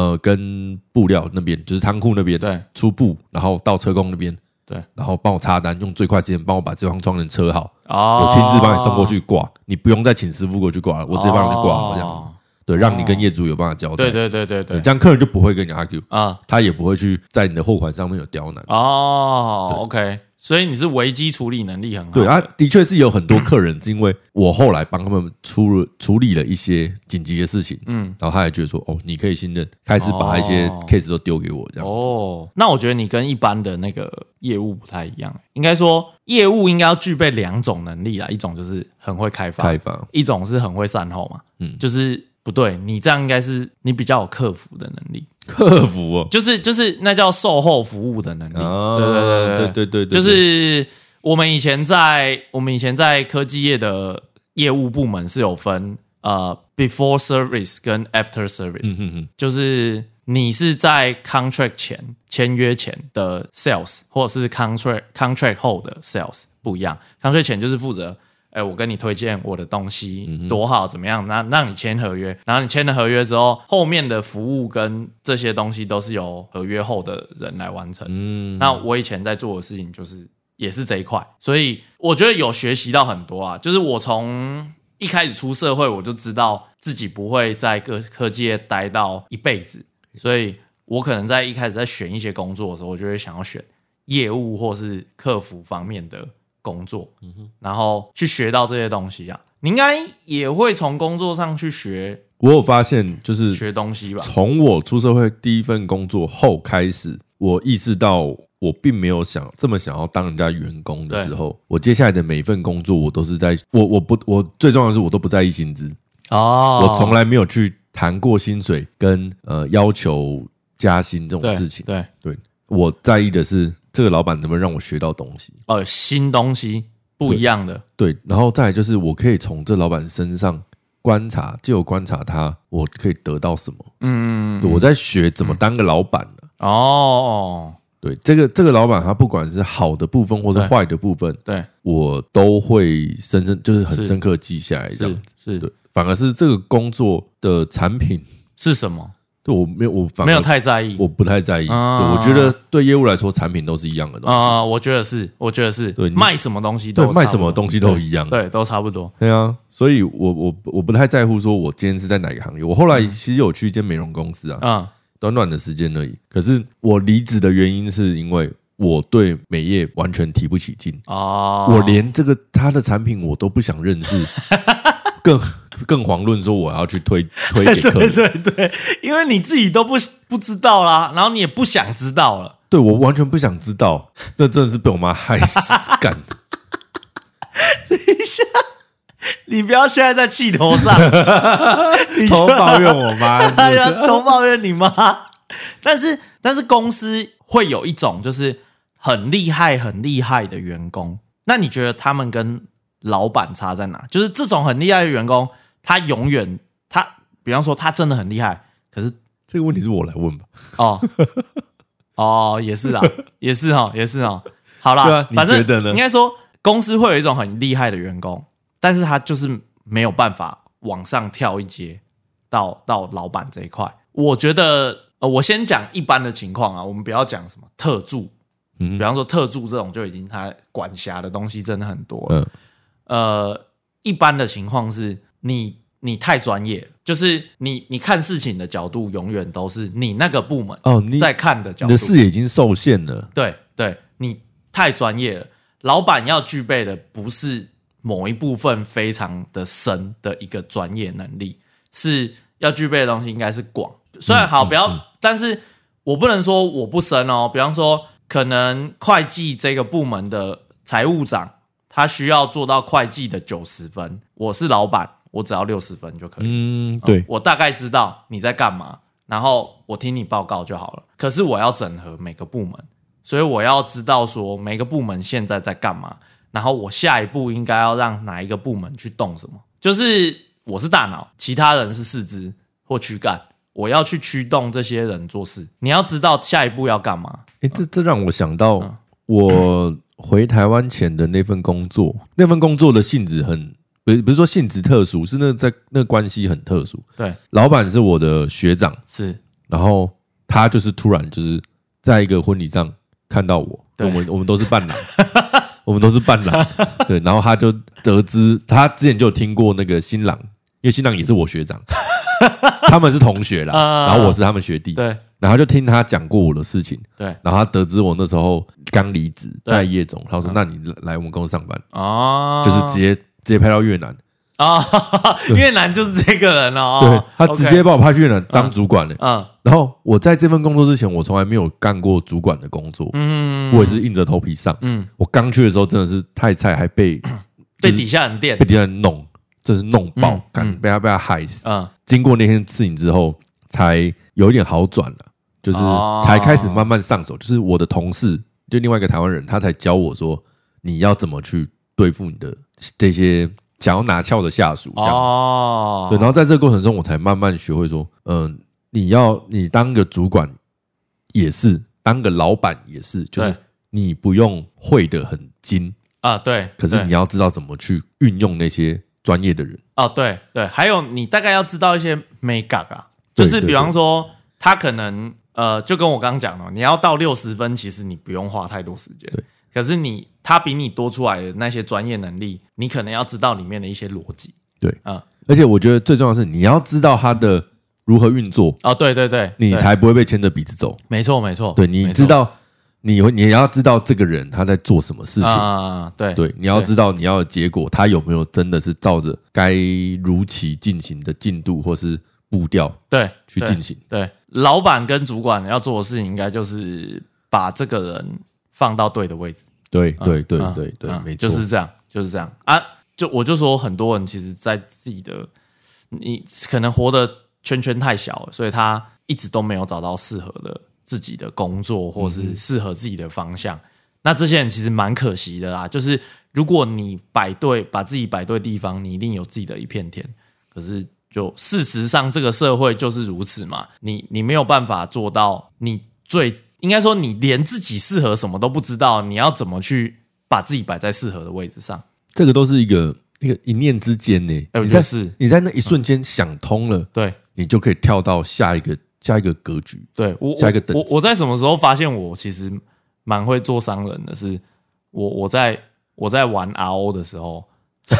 呃，跟布料那边就是仓库那边对出布，然后到车工那边，对，然后帮我插单，用最快时间帮我把这张窗帘车好，哦，我亲自帮你送过，去挂，你不用再请师傅过去挂了，我直接帮你挂好这样，哦，对，让你跟业主有办法交代，对对对对对，这样客人就不会跟你 argue。啊，他也不会去在你的货款上面有刁难，哦，OK，所以你是危机处理能力很好，对啊，的确是有很多客人是因为我后来帮他们出了处理了一些紧急的事情，嗯，然后他也觉得说，哦，你可以信任，开始把一些哦 case 都丢给我这样。哦，那我觉得你跟一般的那个业务不太一样，应该说业务应该要具备两种能力啦，一种就是很会开发，开 发，一种是很会善后嘛，嗯就是不对，你这样应该是你比较有客服的能力，客服哦，就是就是那叫售后服务的能力，啊对哦对对对对对对就是我们以前在我们以前在科技业的业务部门是有分呃 before service 跟 after service，、嗯哼就是你是在 contract 前签约前的 sales，或者是 contract contract 后的 sales 不一样。contract 前就是负责，哎、我跟你推荐我的东西多好，怎么样？那让你签合约，然后你签了合约之后，后面的服务跟这些东西都是由合约后的人来完成。嗯，那我以前在做的事情就是也是这一块，所以我觉得有学习到很多啊。就是我从一开始出社会，我就知道自己不会在科科技业待到一辈子，嗯所以我可能在一开始在选一些工作的时候，我就会想要选业务或是客服方面的工作，嗯然后去学到这些东西啊。你应该也会从工作上去学我有发现，就是学东西吧？从我出社会第一份工作后开始，我意识到我并没有想这么想要当人家员工的对时候，我接下来的每一份工作，我都是在我我不我最重要的是我都不在意薪资，哦我从来没有去谈过薪水跟呃要求加薪这种事情。对，对对我在意的是这个老板能不能让我学到东西。哦，有新东西不一样的。对，然后再来就是我可以从这老板身上观察，就有观察他，我可以得到什么。嗯，对我在学怎么当个老板、啊哦，对这个这个老板，他不管是好的部分或是对坏的部分，对，我都会深深就是很是深刻地记下来。这样是子，是对，反而是这个工作的产品，是什么？对我没有我反而没有太在意我不太在意。啊对，我觉得对业务来说，产品都是一样的东西。啊、我觉得是，我觉得是，对你卖什么东西都对差，不多卖什么东西都一样。对，都差不多。对啊，所以我我我不太在乎说我今天是在哪个行业。我后来其实有去一间美容公司啊，嗯，短短的时间而已。可是我离职的原因是因为我对美业完全提不起劲，哦， 我连这个它的产品我都不想认识，更更遑论说我要去推推给客人。对对，因为你自己都不不知道啦，然后你也不想知道了。对我完全不想知道，那真的是被我妈害 死干。你不要现在在气头上，你就偷抱怨我妈 是不大是，家都抱怨你妈。 但是，但是公司会有一种就是很厉害、很厉害的员工。那你觉得他们跟老板差在哪？就是这种很厉害的员工，他永远他，比方说他真的很厉害，可是这个问题是我来问吧？哦 哦，也是啦，也是哦，也是哦。好对啦，啊你反正觉得呢应该说公司会有一种很厉害的员工，但是他就是没有办法往上跳一阶到到老板这一块。我觉得，呃，我先讲一般的情况啊，我们不要讲什么特助，嗯比方说特助这种就已经它管辖的东西真的很多了。嗯呃，一般的情况是你你太专业了，就是你你看事情的角度永远都是你那个部门哦，你在看的角你度，的视野已经受限了，对对，你太专业了。老板要具备的不是某一部分非常的深的一个专业能力，是要具备的东西应该是广。虽然好，不要，但是我不能说我不深哦。比方说，可能会计这个部门的财务长，他需要做到会计的九十分，我是老板，我只要六十分就可以了。嗯，对，我大概知道你在干嘛，然后我听你报告就好了。可是我要整合每个部门，所以我要知道说每个部门现在在干嘛，然后我下一步应该要让哪一个部门去动什么。就是我是大脑，其他人是四肢或躯干，我要去驱动这些人做事。你要知道下一步要干嘛。哎，这这让我想嗯到我回台湾前的那份工作，嗯那份工作的性质很。不是不是说性质特殊，是那个在那个关系很特殊。对，老板是我的学长，是然后他就是突然就是在一个婚礼上看到我，对我们我们都是伴郎， 我们都是伴郎，对，然后他就得知他之前就有听过那个新郎，因为新郎也是我学 长，他们是同学啦，啊然后我是他们学弟，对然后就听他讲过我的事情，对然后他得知我那时候刚离职对啊在夜总，他说那你来我们公司上班，哦，就是直接。直接派到越南，啊、 越南就是这个人哦。对他直接 OK 把我派去越南当主管了。嗯然后我在这份工作之前，我从来没有干过主管的工作，嗯，我也是硬着头皮上。嗯我刚去的时候真的是太菜，还 被就被是底下人电被，敌人弄，真是弄爆嗯，干、嗯被他被他害死。嗯，经过那天事情之后，才有一点好转了，就是哦才开始慢慢上手。就是我的同事，就另外一个台湾人，他才教我说你要怎么去对付你的这些想要拿翘的下属。这样子哦，对，然后在这个过程中，我才慢慢学会说，嗯、你要你当个主管也是，当个老板也是，就是对你不用会的很精，啊，对，可是你要要知道怎么去运用那些专业的人。哦，对对，还有你大概要知道一些美感啊，就对是对比方对说他可能呃，就跟我刚刚讲了，你要到六十分，其实你不用花太多时间，对，可是你他比你多出来的那些专业能力，你可能要知道里面的一些逻辑，对嗯，而且我觉得最重要的是，你要知道他的如何运作，哦，对对对，你对才不会被牵着鼻子走。没错没错，对，你没知错道，你会你也要知道这个人他在做什么事情。啊，对对，你要知道你要的结果，他有没有真的是照着该如期进行的进度或是步调对去对进行。对，老板跟主管要做的事情，应该就是把这个人放到对的位置。对对对嗯对对，嗯没错，就是这样，就是这样啊！就我就说，很多人其实，在自己的你可能活的圈圈太小了，所以他一直都没有找到适合的自己的工作，或嗯是适合自己的方向。那这些人其实蛮可惜的啦。就是如果你摆对，把自己摆对地方，你一定有自己的一片天。可是就事实上，这个社会就是如此嘛。你你没有办法做到，你最应该说你连自己适合什么都不知道，你要怎么去把自己摆在适合的位置上？这个都是一个一个一念之间呢。哎我你觉在得是你在那一瞬间想通了，对你就可以跳到下一个下一个格局。对，我下一个等级我我我在什么时候发现我其实蛮会做商人的是，我我在我在玩 RO 的时候。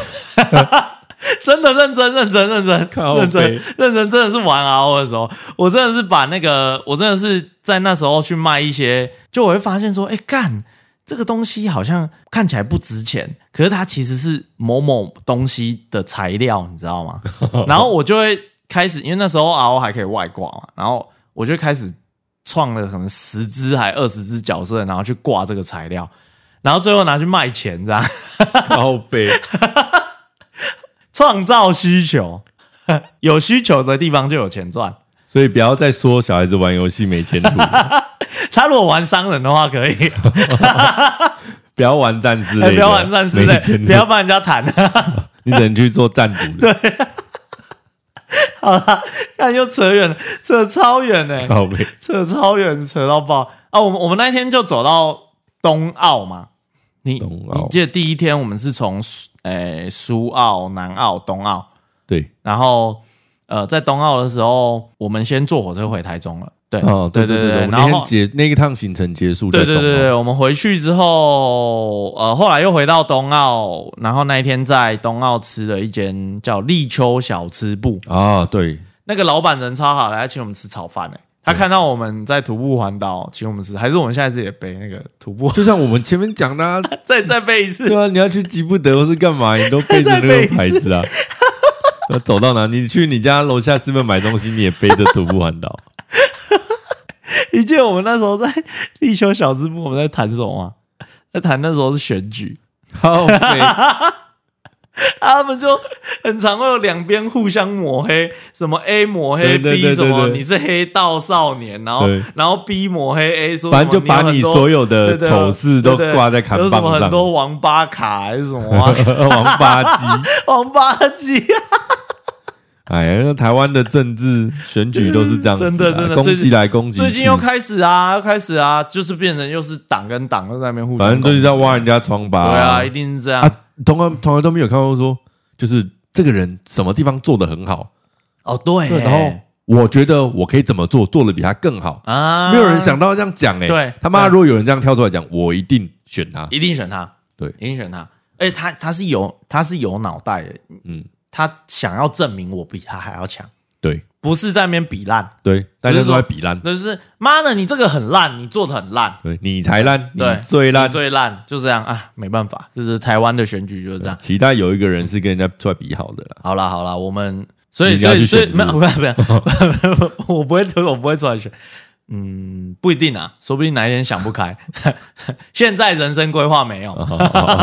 真的认真认真认真靠认真北认真，真的是玩 RO 的时候，我真的是把那个，我真的是在那时候去卖一些，就我会发现说，哎、干这个东西好像看起来不值钱，可是它其实是某某东西的材料，你知道吗？然后我就会开始，因为那时候 RO 还可以外挂嘛，然后我就开始创了可能十只还二十只角色，然后去挂这个材料，然后最后拿去卖钱，这样 靠背，创造需求， 有需求的地方就有钱赚。所以不要再说小孩子玩游戏没前 途，他如果玩商人的话，可以哎不要玩战士类的，不要玩战士没类前，途不要帮人家谈。 你只能去做战主的。好啦，看又扯远了，扯超远呢、靠背，扯超远，扯到爆啊！我们我们那天就走到东澳嘛，你东澳你记得第一哎天我们是从苏诶苏澳、南澳、东澳，对，然后呃，在冬奥的时候，我们先坐火车回台中了。对，哦，对对对我们然那后天结那一趟行程结束再懂对对哦，对对，我们回去之后，呃，后来又回到冬奥，然后那一天在冬奥吃了一间叫立秋小吃部，啊，对，那个老板人超好的，他请我们吃炒饭诶、欸他看到我们在徒步环岛，请我们吃，还是我们下一次也背那个徒步， 就像我们前面讲的啊，再再背一 次对。啊，你要去吉布德或是干嘛，你都背着那再背个一次牌子啊。 那走到哪，你去你家楼下是不是买东西，你也背着徒步环岛？你记得我们那时候在立秋小吃部，我们在谈什么吗？在谈那时候是选举，好，对他们就很常会有两边互相抹黑，什么 A 抹对黑对 B 对什么对对你是黑道少年，然后对然后 B 抹黑 A 说什么， 反正就把你所有的 有很多对对丑事都对对挂在扛有什么棒很上多王八卡还是什么 啊王八鸡。王八鸡啊，哎呀，那台湾的政治选举都是这样子啊， 真的真的攻击来攻击去，最近又开始啊，又开始啊，就是变成又是党跟党在那边互相，反正就是在挖，人家疮疤、对啊，一定是这样啊，同行同行都没有看过说，就是这个人什么地方做的很好，哦，对对，欸然后我觉得我可以怎么做，做的比他更好，啊，没有人想到这样讲哎、对他妈对如果有人这样跳出来讲，我一定选他，一定选他，对一定选他。而且他他是有他是有脑袋的，嗯，他想要证明我比他还要强，对不是在那边比烂，对，大就家是都说在比烂，就是妈的，你这个很烂，你做的很烂，对你才烂，你对，最烂你，最烂，就这样啊，没办法，就是台湾的选举就是这样。期待有一个人是跟人家出来比好的 啦，好啦好啦，我们所以你所要去以所以选没是有不没有没有，没有我不会我不会出来选，嗯，不一定啊，说不定哪一天想不开， 现在人生规划没有，好好好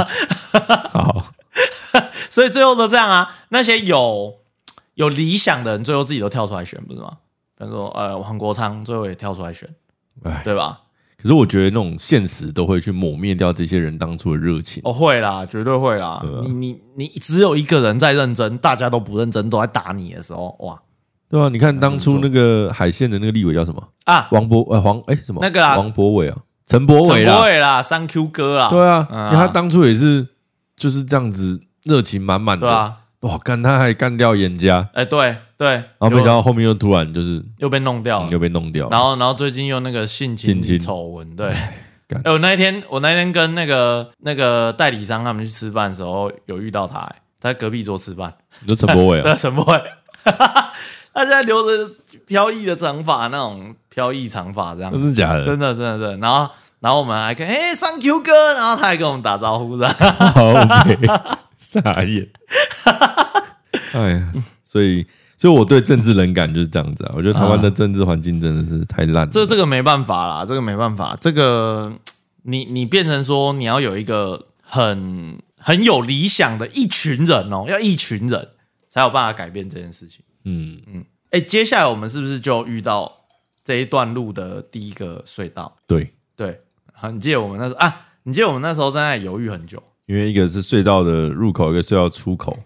好，好所以最后都这样啊。那些有有理想的人，最后自己都跳出来选，不是吗？比如说，呃，黄国昌最后也跳出来选，哎，对吧？可是我觉得那种现实都会去抹灭掉这些人当初的热情。哦，会啦，绝对会啦。对啊你你你只有一个人在认真，大家都不认真，都在打你的时候，哇对啊，你看当初那个海线的那个立委叫什么？啊！王博呃黄哎、什么？那个啊王博伟啊，陈博陈伟柏啦。伟啦，三 Q 哥啦，对啊，嗯啊因为他当初也是就是这样子热情满满的。对，啊，哇，干他还干掉严家，哎、对对，然后没又想到后面又突然就是又被弄掉嗯了，又被弄掉了。哦然后，然后最近又那个性性侵丑闻，对。 干哎、我那一天，我那一天跟那个那个代理商他们去吃饭的时候，有遇到他、哎他在隔壁桌吃饭，你说陈博伟啊，对，陈柏伟，他现在留着飘逸的长发，那种飘逸长发这样，真的假的真？的，真的，真的。然后，然后我们还看，哎、上 Q 哥，然后他还跟我们打招呼这 样。 好美，傻眼。哎呀，所以，所以我对政治冷感就是这样子啊。我觉得台湾的政治环境真的是太烂了。这这个没办法啦，这个没办法，这个你你变成说你要有一个很很有理想的一群人哦，要一群人才有办法改变这件事情。嗯，哎，接下来我们是不是就遇到这一段路的第一个隧道？对，对，好，你记得我们那时候啊，你记得我们那时候在那里犹豫很久，因为一个是隧道的入口，一个隧道出 口，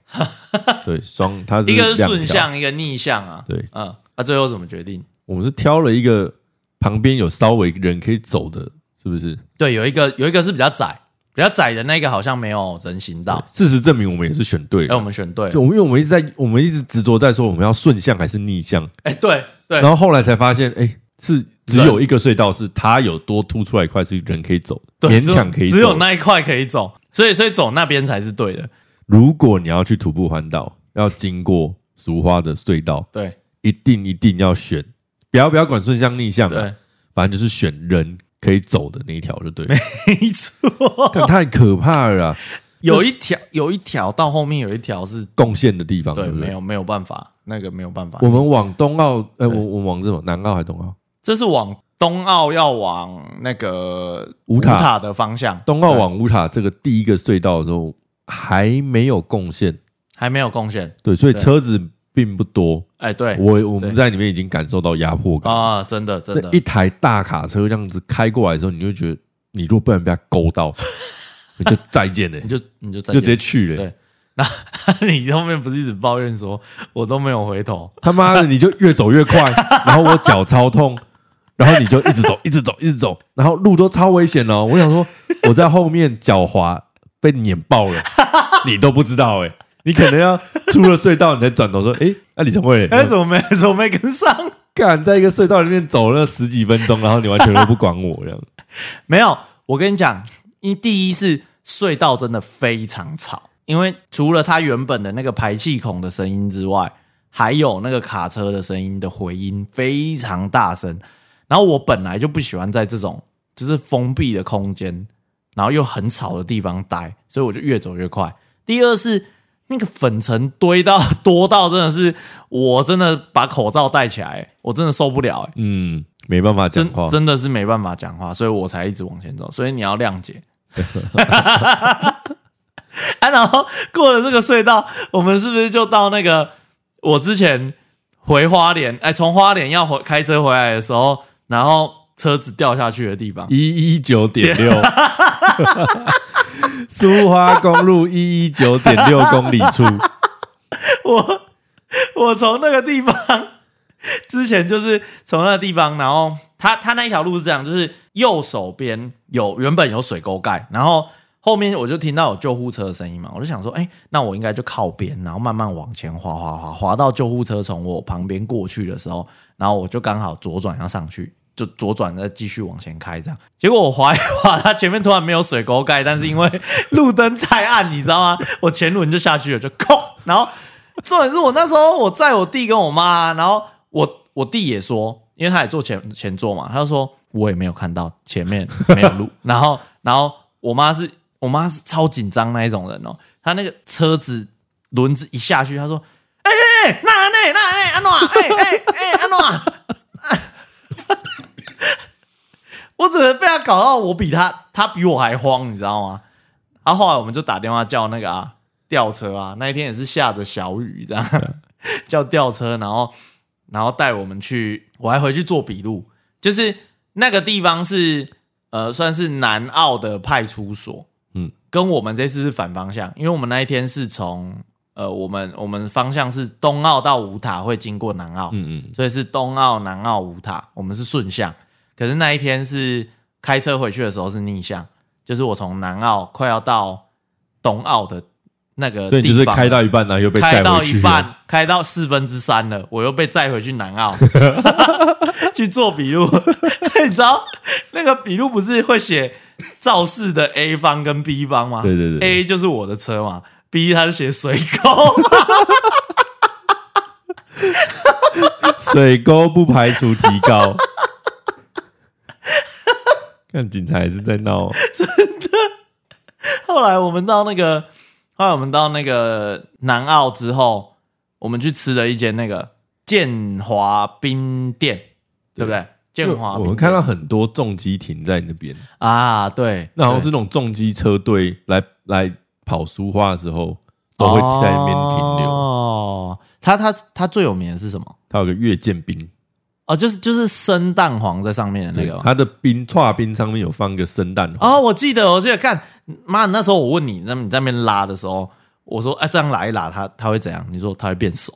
对，双它是一个两是条顺，向，一个逆向啊。对，嗯，那、最后怎么决定？我们是挑了一个旁边有稍微人可以走的，是不是？对，有一个有一个是比较窄，比较窄的那个好像没有人行道，事实证明我们也是选对哎，我了，们选对就了。因为我们一直在我们一直执着在说我们要顺向还是逆向，哎，对对然后后来才发现，哎，是只有一个隧道是它有多凸出来一块是人可以走的，对勉强可以走。只有只有那一块可以走，所以所以走那边才是对的。如果你要去徒步环岛，要经过俗花的隧道，对一定一定要选，不要不要管顺向逆向啊对，，反正就是选人可以走的那一条就对了。 没错。干太可怕了啊，有一条有一条到后面有一条是贡献的地方对，对不没对？有没有办法，那个没有办法。我们往东澳，呃，对我我们往这种南澳还是东澳？这是往东澳要往那个五塔的方向，东澳对往乌塔这个第一个隧道的时候还没有贡献，还没有贡献。对，所以对车子并不多。哎，对我我们对在里面已经感受到压迫感，啊，真的真那的一台大卡车这样子开过来的时候，你就觉得你如果不然被它勾 到，你就再见了，你你就你就再就直见接去了。对。那 你后面不是一直抱怨说我都没有回头？他妈的，你就越走越快，然后我脚超痛，然后你就一直走，一直走，一直走，然后路都超危险哦。 我想说，我在后面脚滑被碾爆了，你都不知道哎、你可能要出了隧道，你才转头说：“哎、那、李晨慧，哎，怎么没 怎么没跟上？敢在一个隧道里面走了十几分钟，然后你完全都不管我 这样？ 没有，我跟你讲，因为第一是隧道真的非常吵，因为除了它原本的那个排气孔的声音之外，还有那个卡车的声音的回音非常大声。然后我本来就不喜欢在这种就是封闭的空间，然后又很吵的地方待，所以我就越走越快。第二是那个粉尘堆到 多到真的是，我真的把口罩戴起来，我真的受不了、欸。嗯，没办法讲真话。真的是没办法讲话，所以我才一直往前走。所以你要谅 解。啊，然后过了这个隧道，我们是不是就到那个我之前回花莲？哎，从花莲要回开车回来的时候，然后车子掉下去的地方。一一九点六， 苏花公路一一九点六公里处， 我我从那个地方之前就是从那个地方，然后它它那一条路是这样，就是右手边有原本有水沟盖，然后后面我就听到有救护车的声音嘛，我就想说，哎、那我应该就靠边，然后慢慢往前滑滑滑滑到救护车从我旁边过去的时候，然后我就刚好左转要上去。就 左转再继续往前开，这样。结果我滑一滑，它前面突然没有水沟盖，但是因为路灯太暗，你知道吗？我前轮就下去了，就 空。然后重点是我那时候我载我弟跟我妈，然后我我弟也说，因为他也坐前前座嘛，他就说我也没有看到前面没有路，然后然后我妈是我妈是超紧张那一种人哦，她那个车子轮子一下去，她说。哎哎哎，那那那那安诺啊，哎哎哎安诺啊！我只能被他搞到，我比他他比我还慌，你知道吗？然、后后来我们就打电话叫那个啊吊车啊，那一天也是下着小雨，这样叫吊车，然后然后带我们去，我还回去做笔录，就是那个地方是呃算是南澳的派出所，嗯嗯，跟我们这次是反方向，因为我们那一天是从呃我们我们方向是东澳到五塔会经过南澳，嗯嗯，所以是东澳、南澳、五塔，我们是顺向。可是那一天是开车回去的时候是逆向，就是我从南澳快要到东澳的那个地方，所以你就是开到一半，然后又被开载到回去了，一半，开到四分之三了，我又被载回去南澳 去做笔录。 你知道那个笔录不是会写肇事的 A 方跟 B 方吗？对对对，A 就是我的车嘛，B 他是写水沟。水沟不排除提高。看警察还是在闹、哦，后来我们到那个，后来我们到那个南澳之后，我们去吃了一间那个建华冰店，对不对？建华冰店，我们看到很多重机停在那边，啊，对，那好像对是那种重机车队来来跑苏花的时候，都会在那边停留。哦，它它它最有名的是什么？它有个月见冰，哦，就是就是生蛋黄在上面的那对个，吗。它的冰串冰上面有放一个生蛋黄，哦，我记得，我记得，看，妈，那时候我问你，那么你在那边拉的时候，我说，哎、这样拉一拉，它它会怎样？你说它会变熟。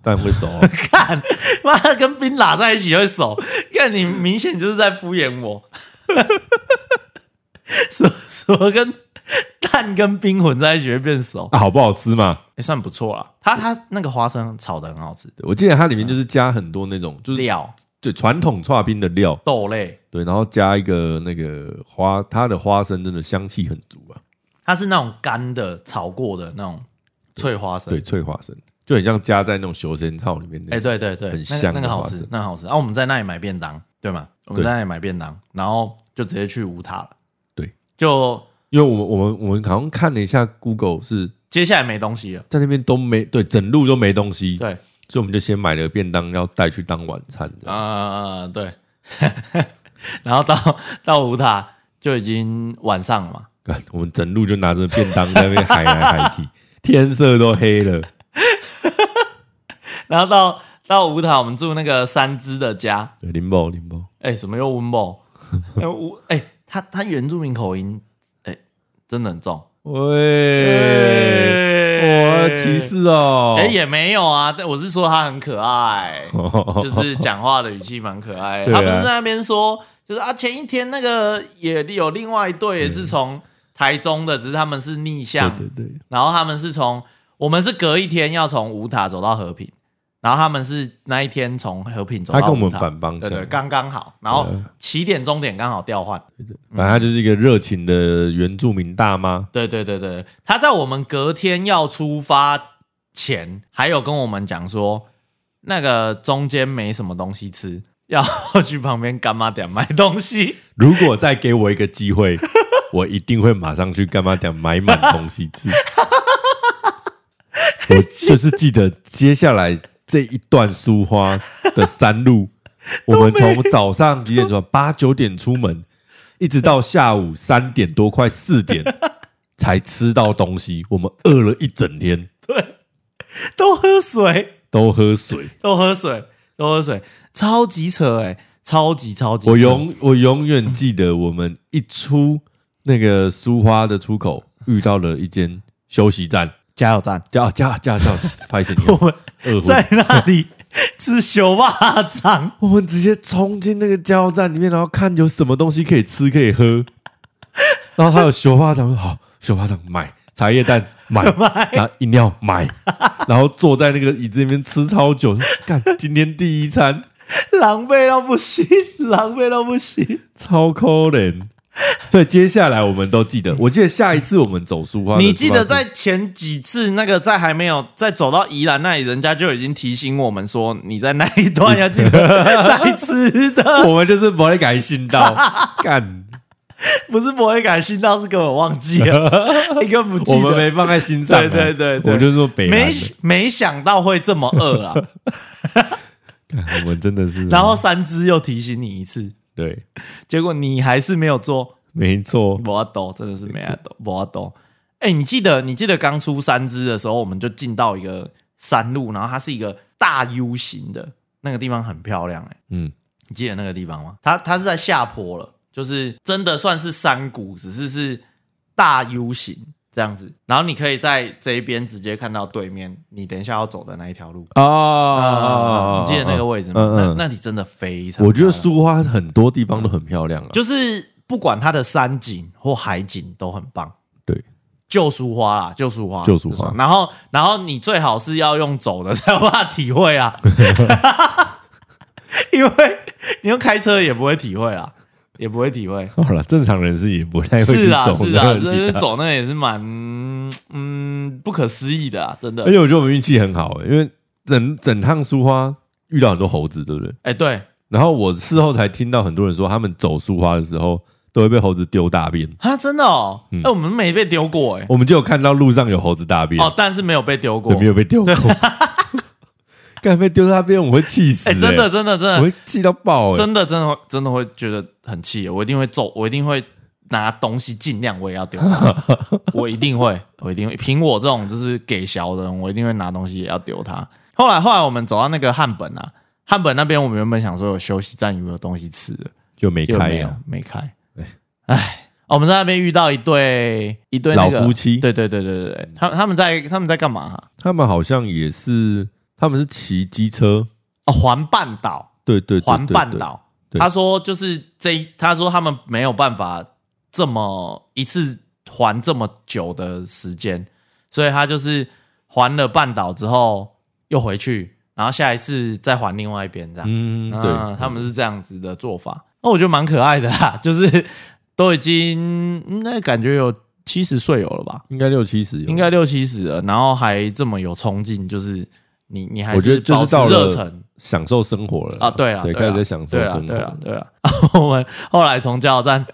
蛋会熟哦、看，妈的跟冰拉在一起会熟，看你明显就是在敷衍我。 什么什么跟蛋跟冰混在一起会变熟，啊，好不好吃嘛？也、算不错啦。它它那个花生炒的很好吃，对我记得它里面就是加很多那种，就是料对传统串冰的料，豆类，对，然后加一个那个花，它的花生真的香气很足啊，它是那种干的炒过的那种脆花生。对，脆花生就很像加在那种修身套里面哎、那种。对对对，很那个香那的个好花吃生，那个好吃。啊，我们在那里买便当，对吗？我们对在那里买便当，然后就直接去五塔了。对，就因为我们我们我们好像看了一下 Google 是接下来没东西了。在那边都没对，整路都没东西，对，所以我们就先买了便当要带去当晚餐的。啊、对。 然后到到五塔就已经晚上了嘛，干我们整路就拿着便当在那边嗨来嗨去，天色都黑了。然后到到五塔我们住那个三只的家，对，林宝林宝，哎，什么又 温饱？哎，我哎，他他原住民口音，哎，真的很重。喂，我哎歧。视哦。哎，也没有啊，但我是说他很 可爱，就是讲话的语气蛮可爱的。对啊他不是在那边说，就是啊，前一天那个也有嗯另外一对也是从台中的，只是他们是逆向，对对对，然后他们是从我们是隔一天要从五塔走到和平，然后他们是那一天从和平走到他五塔，跟我们反方对向，对，刚刚好，然后对起点终点刚好调换，反正他就是一个热情的原住民大妈，对对对对，他在我们隔天要出发前，还有跟我们讲说，那个中间没什么东西吃，要去旁边干妈店买东西。 如果再给我一个机会，我一定会马上去干嘛讲买满东西吃。我就是记得接下来这一段苏花的山路，我们从早上几点出发？八九点出门，一直到下午三点多，快四点才吃到东西。我们饿了一整天，都喝水，都喝水。都喝水，都喝水，超级扯哎、超级超级扯。我永我永远记得，我们一出那个苏花的出口，遇到了一间休息站，加油站，加加加加，拍 摄你我们二 在婚。那里吃小霸掌，我们直接冲进那个加油站里面，然后看有什么东西可以吃可以 喝，然后还有小巴掌，我说好，小巴掌买茶叶蛋 买，然后饮料买，然后坐在那个椅子里面吃超久，干今天第一餐狼狈到不行，狼狈到不行。超可怜。所以接下来我们都记得，我记得下一次我们走书花的出发是，你记得在前几次那个在还没有在走到宜兰那里，人家就已经提醒我们说，你在那一段要记得 带吃的，我们就是不会改信到干，不是不会感心到，是根本忘 记了，一个不记我得。们没放在心上啊、对对对对我就是说北兰没的没想到会这么 饿啊！干我们真的是，然后三只又提醒你一次，对，结果你还是没有做，没错，不要抖，真的是没得抖，不要抖。哎、你记得你记得刚出三只的时候，我们就进到一个山路，然后它是一个大 U 型的那个地方，很漂亮哎、嗯。你记得那个地方吗？它它是在下坡了，就是真的算是山谷，只是是大 U 型这样子。然后你可以在这一边直接看到对面你等一下要走的那一条路。哦，你记得那个位置吗？嗯嗯那那里真的非常，我觉得苏花很多地方都很漂亮了，就是不管它的山景或海景都很棒。对，旧书花啦，旧书花，旧书花就是然后，然后你最好是要用走的，才有办法体会啊， 因为你用开车也不会体会啦，也不会 体会。好了，正常人是也不太会是去啦，走是那啊啦，个这地方。走那也是蛮嗯不可思议的啊，真的而。且我觉得我们运气很好、欸，因为整整趟苏花遇到很多猴子，对不对？哎，对然后我事后才听到很多人说，他们走苏花的时候都会被猴子丢大便。啊，真的哦，嗯哎，我们没被丢过哎，我们就有看到路上有猴子大便，哦，但是没有被丢过对，，没有被丢 过。干被丢大便，我会气死、哎，真的，欸真的，真我的会，气到爆、欸，真的，真的会，真的会觉得很气耶，我一定会揍，我一定会拿东西，尽量我也要丢， 我一定会，我一定会。凭我这种就是给小的人，我一定会拿东西也要丢他。后来，后来我们走到那个汉本啊，汉本那边，我们原本想说有休息站有没有东西吃的，就没结果开哦没有呀。，没开。哎，哦我们在那边遇到一对一对、那个、老夫妻对对对对对对，他他们在他们在干嘛、啊？他们好像也是，他们是骑机车，哦，环半岛。对对，对环半，对对岛。对他说就是这一，他说他们没有办法这么一次还这么久的时间，所以他就是还了半岛之后又回去，然后下一次再还另外一边这样。嗯，对，啊他们是这样子的做法，那我觉得蛮可爱的啦，就是都已经嗯那感觉有七十岁有了吧，应该六七十有，应该六七十了，然后还这么有冲劲，就是你你还我觉得就保是持到了热忱。享受生活了啊，对啊，对，啊开始在享受对啊生活对啊，对啊。 我们后来从加油站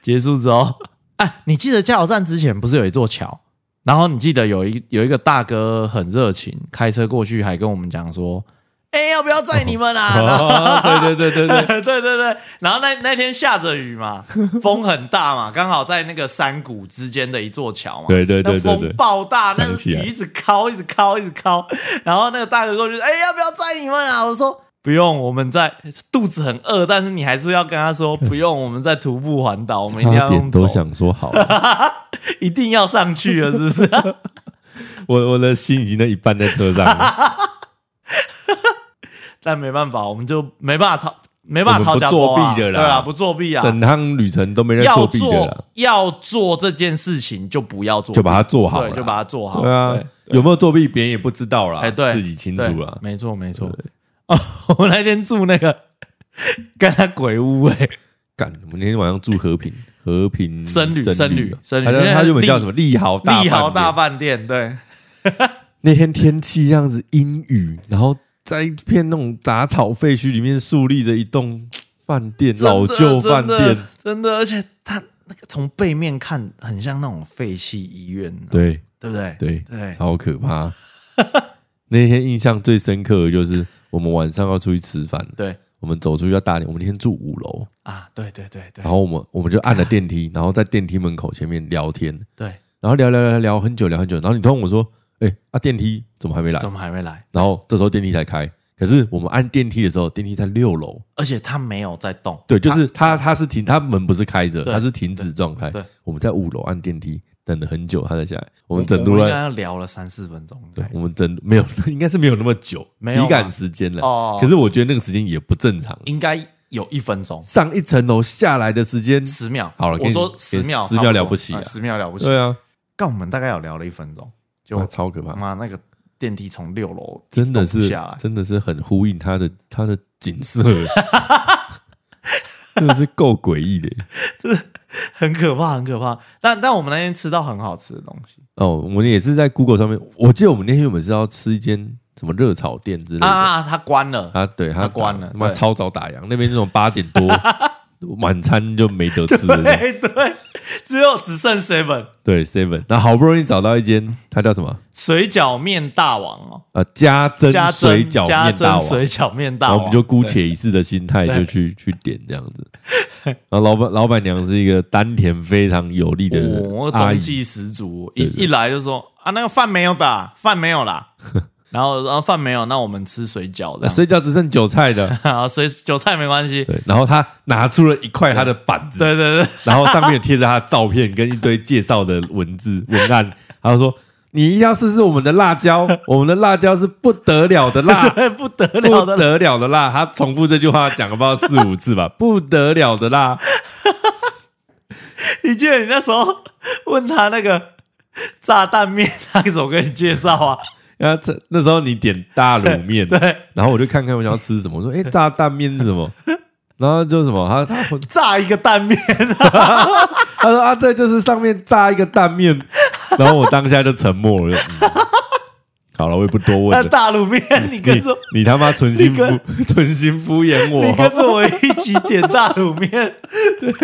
结束之后，哎，你记得加油站之前不是有一座桥？然后你记得有一有一个大哥很热情，开车过去还跟我们讲说：“哎，要不要载你 们啊？”然后哦，对对对对对，对对对，然后那那天下着 雨嘛，风很大嘛，刚好在那个山谷之间的一座桥嘛，对对对那对风对暴大，那想个起来雨一直敲，一直敲，一直敲，然后那个大哥过去，哎、要不要载你们啊？我说不用，我们在肚子很饿，但是你还是要跟他 说不用，我们在徒步环岛， 我们一定差要点用都走，想说好了，一定要上去了，是不是？我 我的心已经在一半在车上了，但没办法，我们就没办法逃，没办我法们逃不家作国啊弊的啦对啦，不作弊啊，整趟旅程都没人要作弊的啦做，要做这件事情，就不要做，就把它做好对，了，就把它做好。对啊对有没有作弊别人也不知道啦，哎对自己清对楚啦。没错没错。哦， 我那天住那个 干他鬼屋哎、干，我们那天晚上住和平和平僧侣僧侣僧侣他叫他原本叫什么？利豪 大利豪大饭店饭店对，那天天气这样子阴雨，然后在一片那种杂草废墟里面树立着一栋饭店，真的老旧饭真店的，真的，而且他那个从背面看很像那种废弃医院，对对不对？对对超可怕。 那天印象最深刻的就是我们晚上要出去吃饭，对我们走出去要打点，我们那天住五楼，啊，对对对对然后我们我们就按了电 梯，然后在电梯门口前面聊天，对，然后聊聊聊聊很久，聊很久，然后你突然问我说：“哎、啊，电梯怎么还没来怎么还没来？”？然后这时候电梯才开，可是我们按电梯的时候，电梯在六楼，而且他没有在动，对，就是它它是停，它门不是开着，对它是停止状态。对对我们在五楼按电梯等了很久，它才下来。我我们整我路们应该在，要聊了三四分钟，对，我们整没有， 应该是没有那么久，没有吗体感时间了。哦可是我觉得那个时间也不正常，应该有一分钟上一层楼下来的时间，十秒，好了我说给十你秒，给10秒了不起啊哎十秒了不起。对啊，但我们大概有聊了一分钟，就哇，超可怕。妈那个电梯从六楼真的一直是动不下来，真的是很呼应他的他的景色， 真的是够诡异的很可怕，很可怕。但但我们那天吃到很好吃的东西哦。我们也是在 Google 上面，我记得我们那天原本是要吃一间什么热炒店之类的，啊啊，它关了，啊，对他他关了他妈对超早打烊，那边那种八点多 晚餐就没得吃了， 对对，只有只剩 seven 对 seven，那好不容易找到一间，它叫什么？水饺面大王哦，呃，家珍加珍水饺加面大珍王。水饺面大然后王，哦我们就姑且一试的心态就对去去点这样子，然后老板老板娘是一个丹田非常有力的哦我阿中姨，气十足，一对对一来就说啊，那个饭没有打，饭没有 啦，然后然后饭没有，那我们吃水饺那的，水饺呃只剩韭菜 的，然后水韭菜没关系，对，然后他拿出了一块他的板子，对对对，然后上面有贴着他的照片跟一堆介绍的文字 文案，然后说你一定要试试我们的辣椒， 我们的辣椒是不得了的辣，不得了不的，得了的辣。他重复这句话讲了不知道四五次吧，不得了的辣。 你记得你那时候问他那个炸弹面，他怎么跟你介绍 啊？然后这那时候你点大卤面，对，然后我就看看我想要吃什么，我说哎、诶炸蛋面是什么？然后就什么，他他炸一个蛋面，他说啊，这就是上面炸一个蛋面，然后我当下就沉默了。我就嗯、好了，我也不多问那了。大卤面，你跟着你你他妈存心你敷跟存心敷衍你跟我，啊着我一起点大卤面。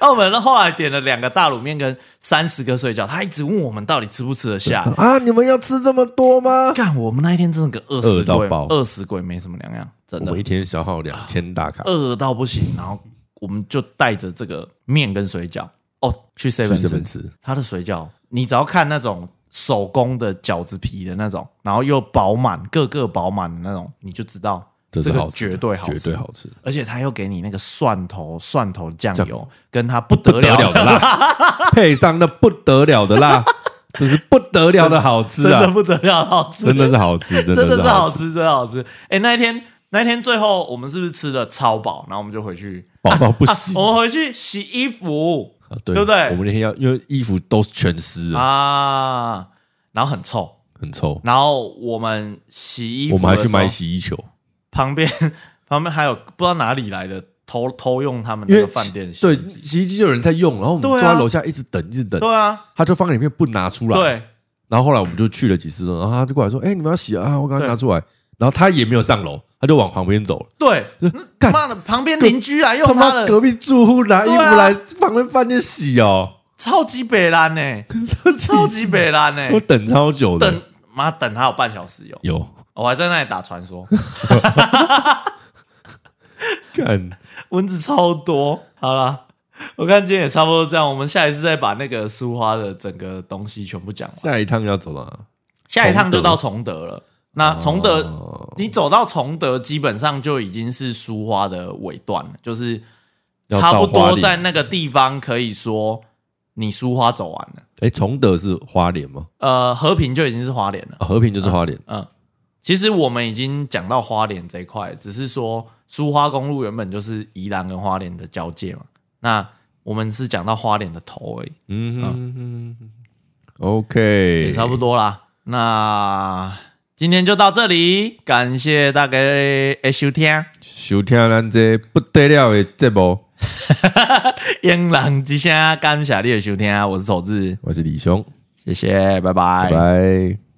澳门后来点了两个大卤面跟三十个水饺，他一直问我们到底吃不吃 得下。啊！你们要吃这么多吗？干，我们那一天真的跟饿饿死到鬼爆，饿死鬼没什么两样，真我的们一天消耗两千大卡，饿到不行。然后我们就带着这个面跟水饺，哦，去 seven 去这边吃。吃，它的水饺，你只要看那种手工的饺子皮的那种，然后又饱满，个个饱满的那种，你就知道这是个好吃的，绝对好吃，绝对好吃。而且他又给你那个蒜头、蒜头酱酱油，跟他不得不得了了的辣， 配上那不得了的辣，真是不得了的好吃真的啊！不得了，好吃，真的是好吃，真真的的是是好好吃。吃，真的好吃。哎、那一天那一天最后我们是不是吃的超饱？然后我们就回去，饱到不啊 行，我们回去洗衣服啊对对不对我们那天要，因为衣服都全湿了，啊，然后很臭，很臭。然后我们洗衣服我的时候，们还去买洗衣球，旁边 旁边还有不知道哪里来的偷偷用他们因那为个饭店洗对洗衣机就有人在用，然后我们对啊坐在楼下一直等，一直等，对啊，他就放在里面不拿出来。对然后后来我们就去了几次，然后他就过来说：“哎、你们要洗啊？我刚刚对拿出来。”然后他也没有上楼，他就往旁边走了。对，干妈的，旁边邻居来他用他妈的隔壁住户拿衣服对啊来旁边饭店洗哦，超级北 兰呢，超级北兰呢，我等超久的，等妈等他有半小时有，哦有我还在那里打传说， 干蚊子超多。好啦，我看今天也差不多这样，我们下一次再把那个苏花的整个东西全部讲完。下一趟要走到哪？下一趟就到崇德了。那崇德，哦你走到崇德，基本上就已经是苏花的尾段了，就是要差到不花多莲在那个地方，可以说你苏花走完了。哎，崇德是花莲吗？呃，和平就已经是花莲了。啊，和平就是花莲。嗯，其实我们已经讲到花莲这一块，只是说苏花公路原本就是宜兰跟花莲的交界嘛。那我们是讲到花莲的头而已，嗯哼嗯哼也，OK，差不多啦。那今天就到这里，感谢大家的收听，收听咱这不得了的节目，英朗之声，感谢你的收听，我是丑志，我是李兄，哎谢谢，拜拜拜。